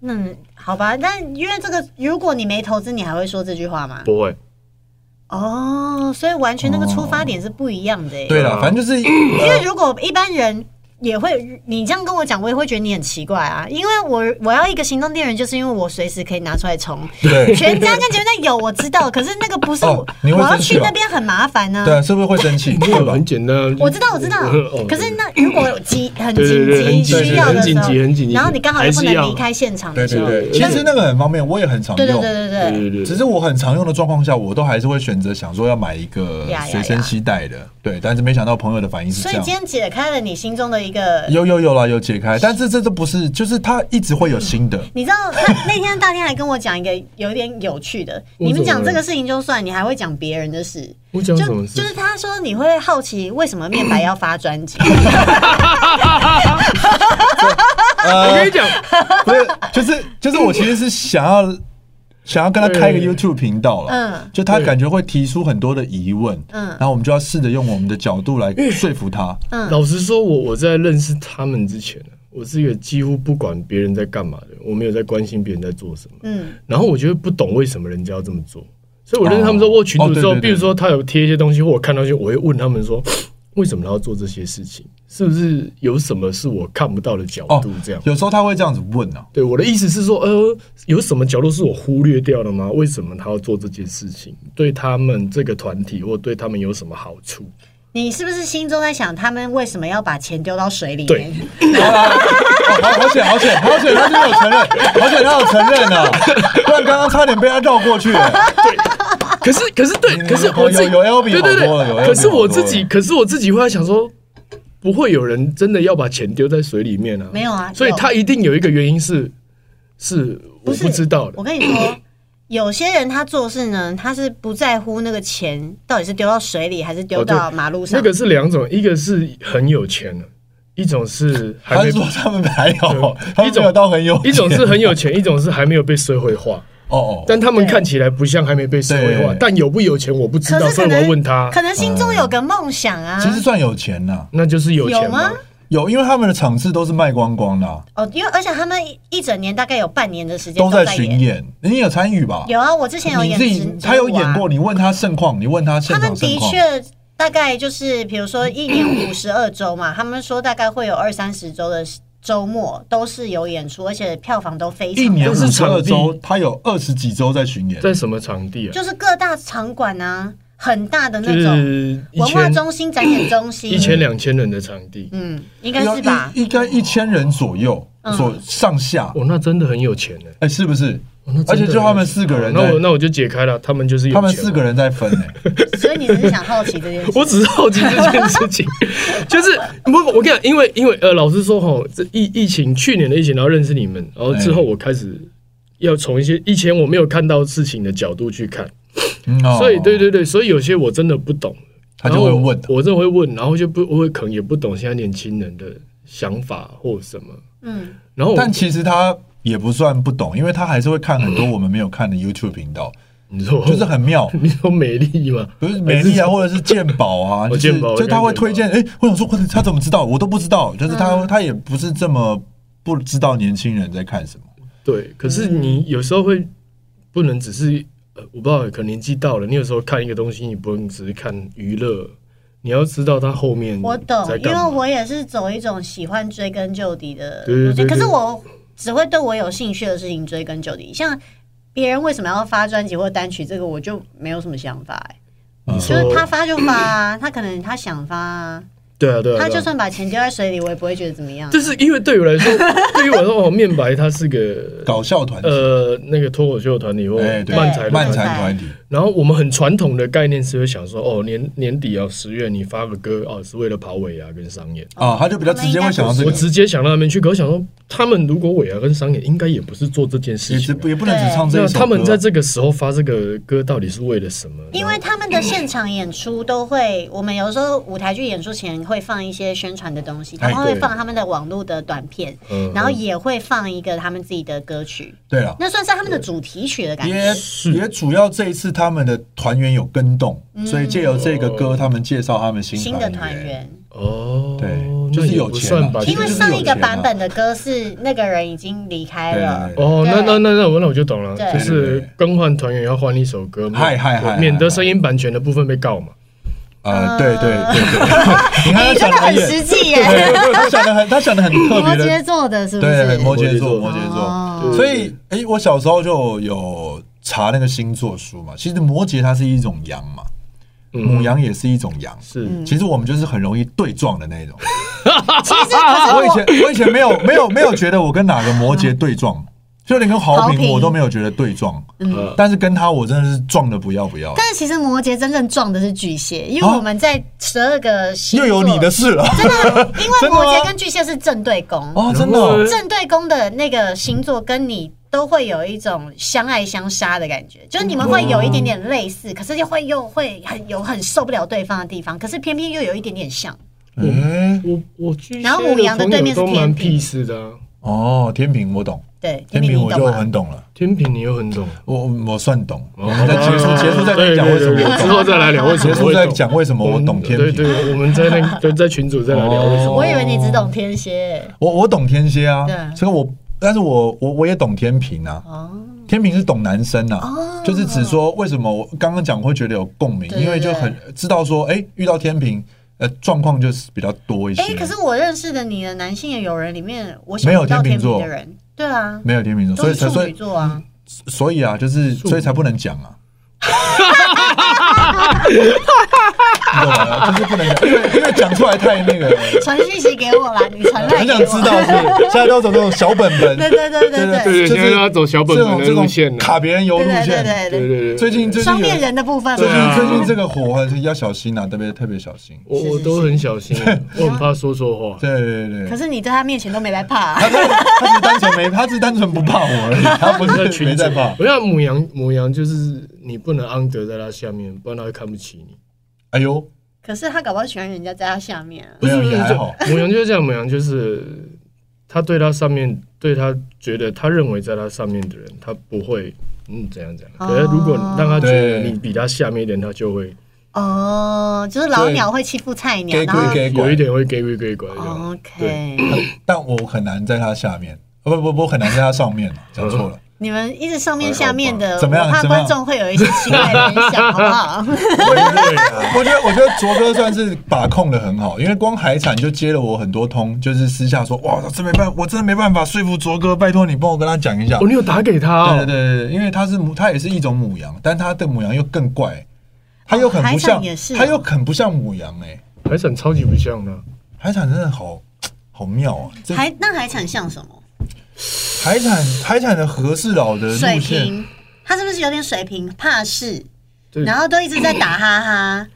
Speaker 3: 嗯，好吧，但因为这个，如果你没投资，你还会说这句话吗？
Speaker 2: 不会，
Speaker 3: 哦，所以完全那个出发点是不一样的、欸。
Speaker 1: 对了，反正就是呃
Speaker 3: 因
Speaker 2: (coughs)
Speaker 3: 为如果一般人也会，你这样跟我讲，我也会觉得你很奇怪啊。因为我我要一个行动电源，就是因为我随时可以拿出来充。
Speaker 1: 对
Speaker 3: 全家跟全家有我知道，可是那个不是我，
Speaker 1: 哦你会
Speaker 3: 我要
Speaker 1: 生气
Speaker 3: 去
Speaker 1: 哦
Speaker 3: 那边很麻烦呢、
Speaker 1: 对啊，是不是会生气？
Speaker 2: 没
Speaker 1: 对
Speaker 2: 有
Speaker 1: 吧
Speaker 2: 很简单啊。
Speaker 3: 我知道，我知道
Speaker 2: 哦。
Speaker 3: 可是那如果有急很紧
Speaker 2: 对对对
Speaker 3: 急
Speaker 2: 很紧
Speaker 3: 需要的时
Speaker 2: 很
Speaker 3: 候
Speaker 2: 紧急很紧，急
Speaker 3: 然后你刚好又不
Speaker 2: 还是
Speaker 3: 能
Speaker 2: 要
Speaker 3: 离开现场
Speaker 1: 对
Speaker 3: 的时
Speaker 1: 对
Speaker 3: 候，
Speaker 1: 对，其实那个很方便，我也很常
Speaker 3: 对对
Speaker 1: 用。
Speaker 3: 对
Speaker 2: 对嗯对
Speaker 3: 对
Speaker 2: 对，
Speaker 1: 只是我很常用的状况下，我都还是会选择想说要买一个
Speaker 3: 呀呀
Speaker 1: 随身携带的，对。但是没想到朋友的反应是
Speaker 3: 所
Speaker 1: 这
Speaker 3: 以
Speaker 1: 样
Speaker 3: 今。天解开了你心中的
Speaker 2: 嗯
Speaker 3: 一个。
Speaker 1: 有有有啦，有解开，但是这都不是，就是它一直会有
Speaker 3: (laughs)
Speaker 1: 新的。
Speaker 3: 你知道那那天大天还跟我讲一个有点有趣的，你们讲这个事情就算，你还会讲别人的事，
Speaker 2: 我讲什
Speaker 3: 就
Speaker 2: 么事
Speaker 3: 就
Speaker 2: 情？
Speaker 3: 是他说你会好奇为什么面白要发
Speaker 2: (coughs)
Speaker 3: 专辑，
Speaker 2: 啊我
Speaker 1: 呃
Speaker 2: 跟你，讲，
Speaker 1: 不是，就是就是我其实是想要想要跟他开一个
Speaker 2: 对
Speaker 1: YouTube 频道了，
Speaker 3: 嗯
Speaker 1: 就他感觉会提出很多的疑问，
Speaker 3: 嗯
Speaker 1: 然后我们就要试着用我们的角度来
Speaker 2: 嗯
Speaker 1: 说服他，
Speaker 2: 老实说，我我在认识他们之前啊，我是一个几乎不管别人在干嘛的，我没有在关心别人在做什么。
Speaker 3: 嗯，
Speaker 2: 然后我觉得不懂为什么人家要这么做，所以我认识他们之后，我有群主之
Speaker 1: 哦
Speaker 2: 后，
Speaker 1: 对对对
Speaker 2: 比如说他有贴一些东西，或我看到一些，我会问他们说，为什么他要做这些事情？是不是有什么是我看不到的角
Speaker 1: 哦
Speaker 2: 度？这样，
Speaker 1: 有时候他会这样子问啊，
Speaker 2: 对我的意思是说，呃，有什么角度是我忽略掉了吗？为什么他要做这件事情？对他们这个团体或对他们有什么好处？
Speaker 3: 你是不是心中在想他们为什么要把钱丢到水里
Speaker 2: 对
Speaker 3: 面？
Speaker 1: 好啦，好好险，好险，好险，他真的有承认，好险他有承认
Speaker 2: (laughs)
Speaker 1: 啊，不然刚刚差点被他绕过去、欸。
Speaker 2: 可是可是对，可是我自己
Speaker 1: 嗯哦有有 LB
Speaker 2: 对对
Speaker 1: 好多了有
Speaker 2: 对，
Speaker 1: LB
Speaker 2: 可是我自
Speaker 1: 好多
Speaker 2: 己，
Speaker 1: 了
Speaker 2: 可是我自己会在想说，不会有人真的要把钱丢在水里面啊？
Speaker 3: 没有啊
Speaker 2: 所以
Speaker 3: 有
Speaker 2: 他一定有一个原因是是我不知道的
Speaker 3: 我。跟你
Speaker 1: (clears throat)
Speaker 3: 说，有些人他做事呢，他是不在乎那个钱到底是丢到水里还是丢
Speaker 2: 哦对
Speaker 3: 到马路上。
Speaker 2: 那个是两种，一个是很有钱的，一种是还
Speaker 1: 他
Speaker 2: 没
Speaker 1: 是说他们还有，他们没有到很有钱，
Speaker 2: (laughs) 一种是很有钱，一种是还没有被社会化。
Speaker 1: 哦哦，
Speaker 2: 但他们看起来不像还没被社会化
Speaker 1: 对，
Speaker 2: 但有不有钱我不知
Speaker 3: 可
Speaker 2: 道，
Speaker 3: 是
Speaker 2: 所
Speaker 3: 可
Speaker 2: 以我
Speaker 3: 能
Speaker 2: 要问他，
Speaker 3: 可能心中有个梦想啊。
Speaker 1: 嗯其实算有钱呐、
Speaker 2: 那就是有
Speaker 3: 有
Speaker 2: 钱
Speaker 3: 吗
Speaker 2: 吗？？
Speaker 1: 有，因为他们的场次都是卖光光的啊、
Speaker 3: 哦，因为而且他们一一整年大概有半年的时间
Speaker 1: 都
Speaker 3: 在
Speaker 1: 在巡。演，你有参与吧？
Speaker 3: 有啊，我之前有
Speaker 1: 你
Speaker 3: 演
Speaker 1: 自
Speaker 3: 直
Speaker 1: 己他有演。
Speaker 3: 直舞
Speaker 1: 过，
Speaker 3: 啊
Speaker 1: 你问他盛况，你问他现
Speaker 3: 他们
Speaker 1: 场盛
Speaker 3: 的
Speaker 1: 况。
Speaker 3: 确大概就是，比如说一年五十二周嘛，他们说大概会有二三十周的周末都是有演出，而且票房都非常
Speaker 1: 一年
Speaker 3: 好
Speaker 1: 五十二周
Speaker 2: 但是场，
Speaker 1: 他有二十几周在巡演。
Speaker 2: 在什么场地啊？
Speaker 3: 就是各大场馆啊，很大的那
Speaker 2: 就
Speaker 3: 种
Speaker 2: 是一
Speaker 3: 文化
Speaker 2: 千
Speaker 3: 中心、展演中心，
Speaker 2: 一千两千人的场地，啊
Speaker 3: 嗯，应该是吧？嗯
Speaker 1: 应该一千人左右，所上下，
Speaker 2: 哦，那真的很有钱呢。
Speaker 1: 哎，是不是
Speaker 2: 哦那真？的
Speaker 1: 而且就他们
Speaker 2: 很
Speaker 1: 四个人
Speaker 2: 那
Speaker 1: 在
Speaker 2: 我，那我就解开了，他们就是有
Speaker 1: 他
Speaker 2: 钱嘛
Speaker 1: 们四个。人在分
Speaker 2: (laughs)
Speaker 1: 哎，
Speaker 3: 所以你只是想好奇这件事。
Speaker 2: 我只是好奇这件事情， (laughs) 就是不，我跟你讲，因为因为呃，老实说哈，这疫疫情去年的疫情，然后认识你们，然后之后
Speaker 1: 哎
Speaker 2: 我开始要从一些以前我没有看到事情的角度去看，
Speaker 1: 嗯哦
Speaker 2: 所以对对对，所以有些我真的不懂，
Speaker 1: 他就会问啊
Speaker 2: 然后我，我真的会问，然后就不我会可能也不懂现在年轻人的想法或什么，
Speaker 3: (laughs) 嗯，
Speaker 2: 然后我
Speaker 1: 但其实他也不算不懂，因为他还是会看很多我们没有看的 YouTube 频道，
Speaker 2: 你说
Speaker 1: 就是很
Speaker 2: (laughs)
Speaker 1: 妙。
Speaker 2: 你说美丽吗？
Speaker 1: 不是美丽啊，或者是鉴宝啊，
Speaker 2: (laughs) 哦
Speaker 1: 就是
Speaker 2: 鉴宝嗯
Speaker 1: 就他会
Speaker 2: 哎我看
Speaker 1: 推
Speaker 2: 鉴
Speaker 1: 荐。哎，我想说，或者他怎么知道？我都不知道。就是他他也不是这么不知道年轻人在看什么。
Speaker 2: 对，可是你有时候会不能只是呃，我不知道，可能年纪到了，你有时候看一个东西，你不能只是看娱乐，你要知道它后面
Speaker 3: 我懂
Speaker 2: 在，
Speaker 3: 因
Speaker 2: 干
Speaker 3: 为
Speaker 2: 嘛
Speaker 3: 我也是走一种喜欢追根究底的
Speaker 2: 对对
Speaker 3: 路线，
Speaker 2: 对
Speaker 3: 可
Speaker 2: 对
Speaker 3: 是我只会对我有兴趣的事情追根究底，像。别人为什么要发专辑或单曲？这个我就没有什么想法、欸，
Speaker 2: 你
Speaker 3: 就
Speaker 2: 说
Speaker 3: 是他发就发、 (clears throat) 啊，他可能他想发、啊，
Speaker 2: 对啊对啊，对啊
Speaker 3: 他就算把钱丢在水里，我也不会觉得怎么样。啊
Speaker 2: 就是因为对我来说，对于我来说，哦，面白它是个
Speaker 1: 搞笑团体，
Speaker 2: 呃那个脱口秀团体
Speaker 1: (laughs)
Speaker 2: 或
Speaker 1: 哎，对，
Speaker 2: 漫才的
Speaker 1: 漫
Speaker 2: 团体
Speaker 1: 才团体，
Speaker 2: 然后我们很传统的概念是会想说，哦年年底啊十月你发个歌哦是为了跑尾牙跟商演。
Speaker 1: 啊，他就比较直接会想到这个，
Speaker 2: 我直接想到那边去，可我想说，他们如果尾牙跟商演，应该也不是做这件
Speaker 1: 也
Speaker 2: 事
Speaker 1: 只
Speaker 2: 情啊、
Speaker 1: 也不能只唱这
Speaker 2: 那
Speaker 1: 一首歌啊。
Speaker 2: 他们在这个时候发这个歌，到底是为了什么？
Speaker 1: 嗯
Speaker 3: 因为他们的现场演出都会，我们有时候舞台剧演出前会放一些宣传的东西，他
Speaker 1: 哎
Speaker 3: 们会
Speaker 1: 对
Speaker 3: 放他们的网络的短片，
Speaker 1: 嗯
Speaker 3: 然后也会放一个他们自己的歌曲，
Speaker 1: 对啊了，
Speaker 3: 那算是他们的主题曲的感
Speaker 1: 也
Speaker 3: 觉。
Speaker 1: 也主要这一次他们的团员有跟动，所以借由这个歌，他们介绍他们新
Speaker 3: 嗯新的团。员，
Speaker 2: 哦，
Speaker 1: 对就是
Speaker 2: 那也
Speaker 1: 有
Speaker 2: 不
Speaker 1: 钱
Speaker 2: 算
Speaker 1: 啊
Speaker 2: 吧，
Speaker 1: 其
Speaker 3: 因
Speaker 1: 实
Speaker 3: 为
Speaker 1: 是
Speaker 3: 上
Speaker 1: 有
Speaker 3: 一个
Speaker 1: 钱啊
Speaker 3: 版本的歌是那个人已经离开
Speaker 1: 对
Speaker 3: 了
Speaker 1: 对，对，
Speaker 2: 哦，那
Speaker 3: 对
Speaker 2: 那那那我那我就懂了，
Speaker 3: 对
Speaker 2: 就
Speaker 1: 对对
Speaker 2: 是
Speaker 1: 对
Speaker 2: 更换团员要换一首歌嘛，
Speaker 1: 嗨嗨嗨
Speaker 2: 免得
Speaker 1: 嗨
Speaker 2: 声音版权的部分被告嘛。
Speaker 1: 啊，对对对
Speaker 3: (laughs)
Speaker 1: 对，你看他
Speaker 3: 哎
Speaker 1: 讲
Speaker 3: 真的
Speaker 1: 得
Speaker 3: 很
Speaker 1: 远
Speaker 3: 实际
Speaker 1: (laughs)
Speaker 3: 耶，
Speaker 1: 对对他讲的很，他讲的很特
Speaker 3: 摩
Speaker 1: 别
Speaker 3: 羯
Speaker 1: 的，
Speaker 3: 座的是不
Speaker 1: 对，
Speaker 3: 是？
Speaker 1: 摩羯座，摩
Speaker 2: 摩羯
Speaker 1: 羯座。
Speaker 3: 哦
Speaker 2: 对
Speaker 1: 所以，哎，我小时候就有查那个星座书嘛。其实摩羯它是一种羊嘛，
Speaker 2: 嗯
Speaker 1: 母羊也是一种羊。
Speaker 2: 是
Speaker 1: 其实我们就是很容易对撞的那种。
Speaker 3: 嗯 (laughs) 其实可是
Speaker 1: 我以前我以前没有没有没有觉得我跟哪个摩羯对撞，就连跟豪
Speaker 3: 豪
Speaker 1: 平
Speaker 3: 平
Speaker 1: 我都没有觉得对撞，
Speaker 2: 嗯
Speaker 1: 但是跟他我真的是撞的不要不要的，
Speaker 3: 但是其实摩羯真正撞的是巨蟹，因为
Speaker 1: 啊
Speaker 3: 我们在十二个星
Speaker 1: 又
Speaker 3: 座，
Speaker 1: 有你的事了
Speaker 3: 因为
Speaker 1: 真的
Speaker 3: 摩
Speaker 1: 吗
Speaker 3: 羯跟巨蟹是正对宫，
Speaker 1: 哦，真的
Speaker 2: 然后
Speaker 1: 哦
Speaker 2: 呢
Speaker 3: (laughs) 正对宫的那个星座跟你都会有一种相爱相杀的感觉，就是你们会有一点点类
Speaker 1: 嗯
Speaker 3: 似，可是又会又会很有很受不了对方的地方，可是偏偏又有一点点像。嗯
Speaker 1: 哎
Speaker 2: 我我巨
Speaker 3: 然后母羊的对面是
Speaker 2: 蟹朋友都蛮
Speaker 3: 天平
Speaker 2: peace 的啊，
Speaker 1: 哦，天平我懂，
Speaker 3: 对，
Speaker 1: 天
Speaker 3: 平
Speaker 1: 平
Speaker 3: 你
Speaker 1: 我
Speaker 3: 懂啊
Speaker 1: 就
Speaker 3: 吗？
Speaker 1: 很懂了，
Speaker 2: 天平你又很懂，
Speaker 1: 我我算懂，我
Speaker 2: 哦
Speaker 1: 们在结束结束再跟你讲为什么
Speaker 2: 对对对
Speaker 1: 我
Speaker 2: 之
Speaker 1: 懂
Speaker 2: 后，再来聊为什
Speaker 1: 结
Speaker 2: 么
Speaker 1: 束
Speaker 2: 会
Speaker 1: 再
Speaker 2: 懂嗯
Speaker 1: 讲为什么我懂天
Speaker 2: 对
Speaker 1: 平，哦
Speaker 2: 对，我们在
Speaker 1: (laughs)
Speaker 2: 那个对在群组再来聊为什么。
Speaker 3: 我以为你只懂天蝎
Speaker 1: 我我懂天蝎啊
Speaker 3: 对，
Speaker 1: 所以我但是我我我也懂天平啊，
Speaker 3: 哦，
Speaker 1: 天平是懂男生呐、就是只说为什么我刚刚讲会觉得有共鸣，
Speaker 3: 对对
Speaker 1: 因为就很知道说，哎、遇到天平，呃，状况就是比较多一些。
Speaker 3: 哎、可是我认识的你的男性的友人里面，我
Speaker 1: 没
Speaker 3: 想
Speaker 1: 有
Speaker 3: 不到
Speaker 1: 天
Speaker 3: 天
Speaker 1: 秤座
Speaker 3: 平的人，对啊，
Speaker 1: 没有天平座，
Speaker 3: 都
Speaker 1: 所以才
Speaker 3: 是处
Speaker 1: 所
Speaker 3: 女
Speaker 1: 以
Speaker 3: 座啊。
Speaker 1: 所以啊，就是所以才不能讲啊。你懂吗？啊就是不能讲，因为因为讲出来太那个了，
Speaker 3: 传讯息给
Speaker 1: (laughs)
Speaker 3: 我啦，你传来
Speaker 1: 很
Speaker 3: 给
Speaker 1: 想
Speaker 3: 我。啊
Speaker 1: 知道是现在都走那种小本本，
Speaker 3: 对对对对对
Speaker 2: 对
Speaker 1: 就是
Speaker 2: 现在都要走小本本的
Speaker 1: 这种这种
Speaker 2: 路线了啊
Speaker 1: 卡别人油
Speaker 3: 对
Speaker 1: 路
Speaker 3: 对
Speaker 1: 线。
Speaker 3: 对
Speaker 2: 对
Speaker 3: 对
Speaker 2: 对对，
Speaker 1: 最近最近
Speaker 3: 对，双
Speaker 1: 有
Speaker 3: 面人的部分啊
Speaker 1: 最近
Speaker 3: 嘛，
Speaker 1: 最近这个火还是要小心啊，特别特别小心。
Speaker 2: 我我都很小心，我很怕说错话。
Speaker 1: 对对对
Speaker 3: 可
Speaker 1: 对，
Speaker 3: 是你在他面前都没来怕啊、
Speaker 1: 他他只是单纯没，他只是单纯不怕我而已， (laughs) 他
Speaker 2: (laughs)
Speaker 1: 不
Speaker 2: 在
Speaker 1: 是
Speaker 2: 群
Speaker 1: 没
Speaker 2: 组
Speaker 1: 在怕，。
Speaker 2: 我要母羊，母羊就是你不能安德在他下面，不然他会看不起你。
Speaker 1: 哎呦，
Speaker 3: 可是他搞不好喜欢人家在他下面啊。
Speaker 1: 没有
Speaker 2: 不
Speaker 1: 也
Speaker 2: 是
Speaker 1: 还好，
Speaker 2: 母羊就是这样，母羊就是他对他上面对他觉得他认为在他上面的人，他不会嗯怎样怎样。可是如果让他觉得
Speaker 1: 对
Speaker 2: 你比他下面一点，他就会
Speaker 3: 哦，就是老鸟会欺负菜鸟，
Speaker 1: 给
Speaker 3: 然
Speaker 1: 鬼
Speaker 3: 后
Speaker 1: 给
Speaker 2: 有一
Speaker 1: 鬼，
Speaker 2: 点会给鬼给拐这
Speaker 3: 哦
Speaker 2: 样。
Speaker 3: OK，
Speaker 1: 但我很难在他下面，呃不不不，我很难在他上面，讲错了。
Speaker 3: 你们一直上面下面的，
Speaker 1: 怎么样
Speaker 3: 我怕
Speaker 1: 怎么
Speaker 3: 观
Speaker 1: 样
Speaker 3: 众会有一些奇怪的联想，好不
Speaker 1: (laughs)
Speaker 3: 好？
Speaker 1: 我觉得我觉得卓哥算是把控的很好，因为光海产就接了我很多通，就是私下说哇，这没办，我真的没办法说服卓哥，拜托你帮我跟他讲一下
Speaker 2: 哦，。你有打给他
Speaker 1: 对对
Speaker 2: 哦？
Speaker 1: 对对，因为它是母，它也是一种母羊，但它的母羊又更怪，它又很不
Speaker 3: 哦海
Speaker 1: 像
Speaker 3: 产也是，哦
Speaker 1: 它又很不像母羊哎，
Speaker 2: 海产超级不像的，
Speaker 1: 海产真的好好妙啊！这
Speaker 3: 还 (laughs) 那海产像什么？
Speaker 1: 海产海产的和事佬的
Speaker 3: 水
Speaker 1: 路线，
Speaker 3: 平，他是不是有点水平怕事？
Speaker 2: 对
Speaker 3: 然后都一直在打哈
Speaker 1: (laughs)
Speaker 3: 哈，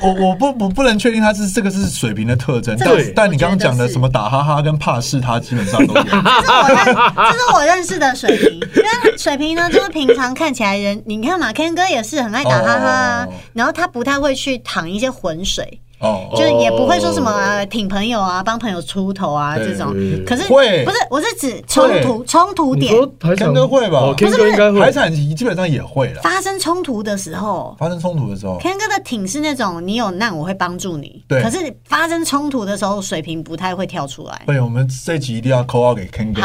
Speaker 1: 我我不我不能确定它是这个是水平的特征，
Speaker 3: 这
Speaker 1: 但
Speaker 2: 个是
Speaker 1: 但你刚刚讲
Speaker 3: 我觉得
Speaker 1: 的
Speaker 3: 是
Speaker 1: 什么打哈哈跟怕是，它基本上都有。
Speaker 3: (laughs) 这是我认，这是我认识的水平。因为水平呢，就是平常看起来人，你看马 Ken 哥也是很爱打哈哈啊
Speaker 1: 哦
Speaker 3: 然后他不太会去淌一些浑水，
Speaker 1: 哦，
Speaker 3: 就是也不会说什么、呃挺朋友啊、帮朋友出头啊
Speaker 1: 对
Speaker 3: 这种
Speaker 2: 对对。
Speaker 3: 可是
Speaker 1: 会
Speaker 3: 不是，我是指冲突冲突
Speaker 2: 你
Speaker 3: 点
Speaker 2: 说海产
Speaker 1: 天哥会吧
Speaker 2: 哦，
Speaker 1: 不
Speaker 2: 天哥应该
Speaker 1: 海
Speaker 2: 会。
Speaker 1: 产基本上也会啦，
Speaker 3: 发生冲突的时候。
Speaker 1: 发生冲突的时候，
Speaker 3: Ken 哥的挺是那种你有难我会帮助你，
Speaker 1: 对
Speaker 3: 可是发生冲突的时候，水平不太会跳出来。
Speaker 1: 对，我们这集一定要扣号给 Ken 哥。 (laughs)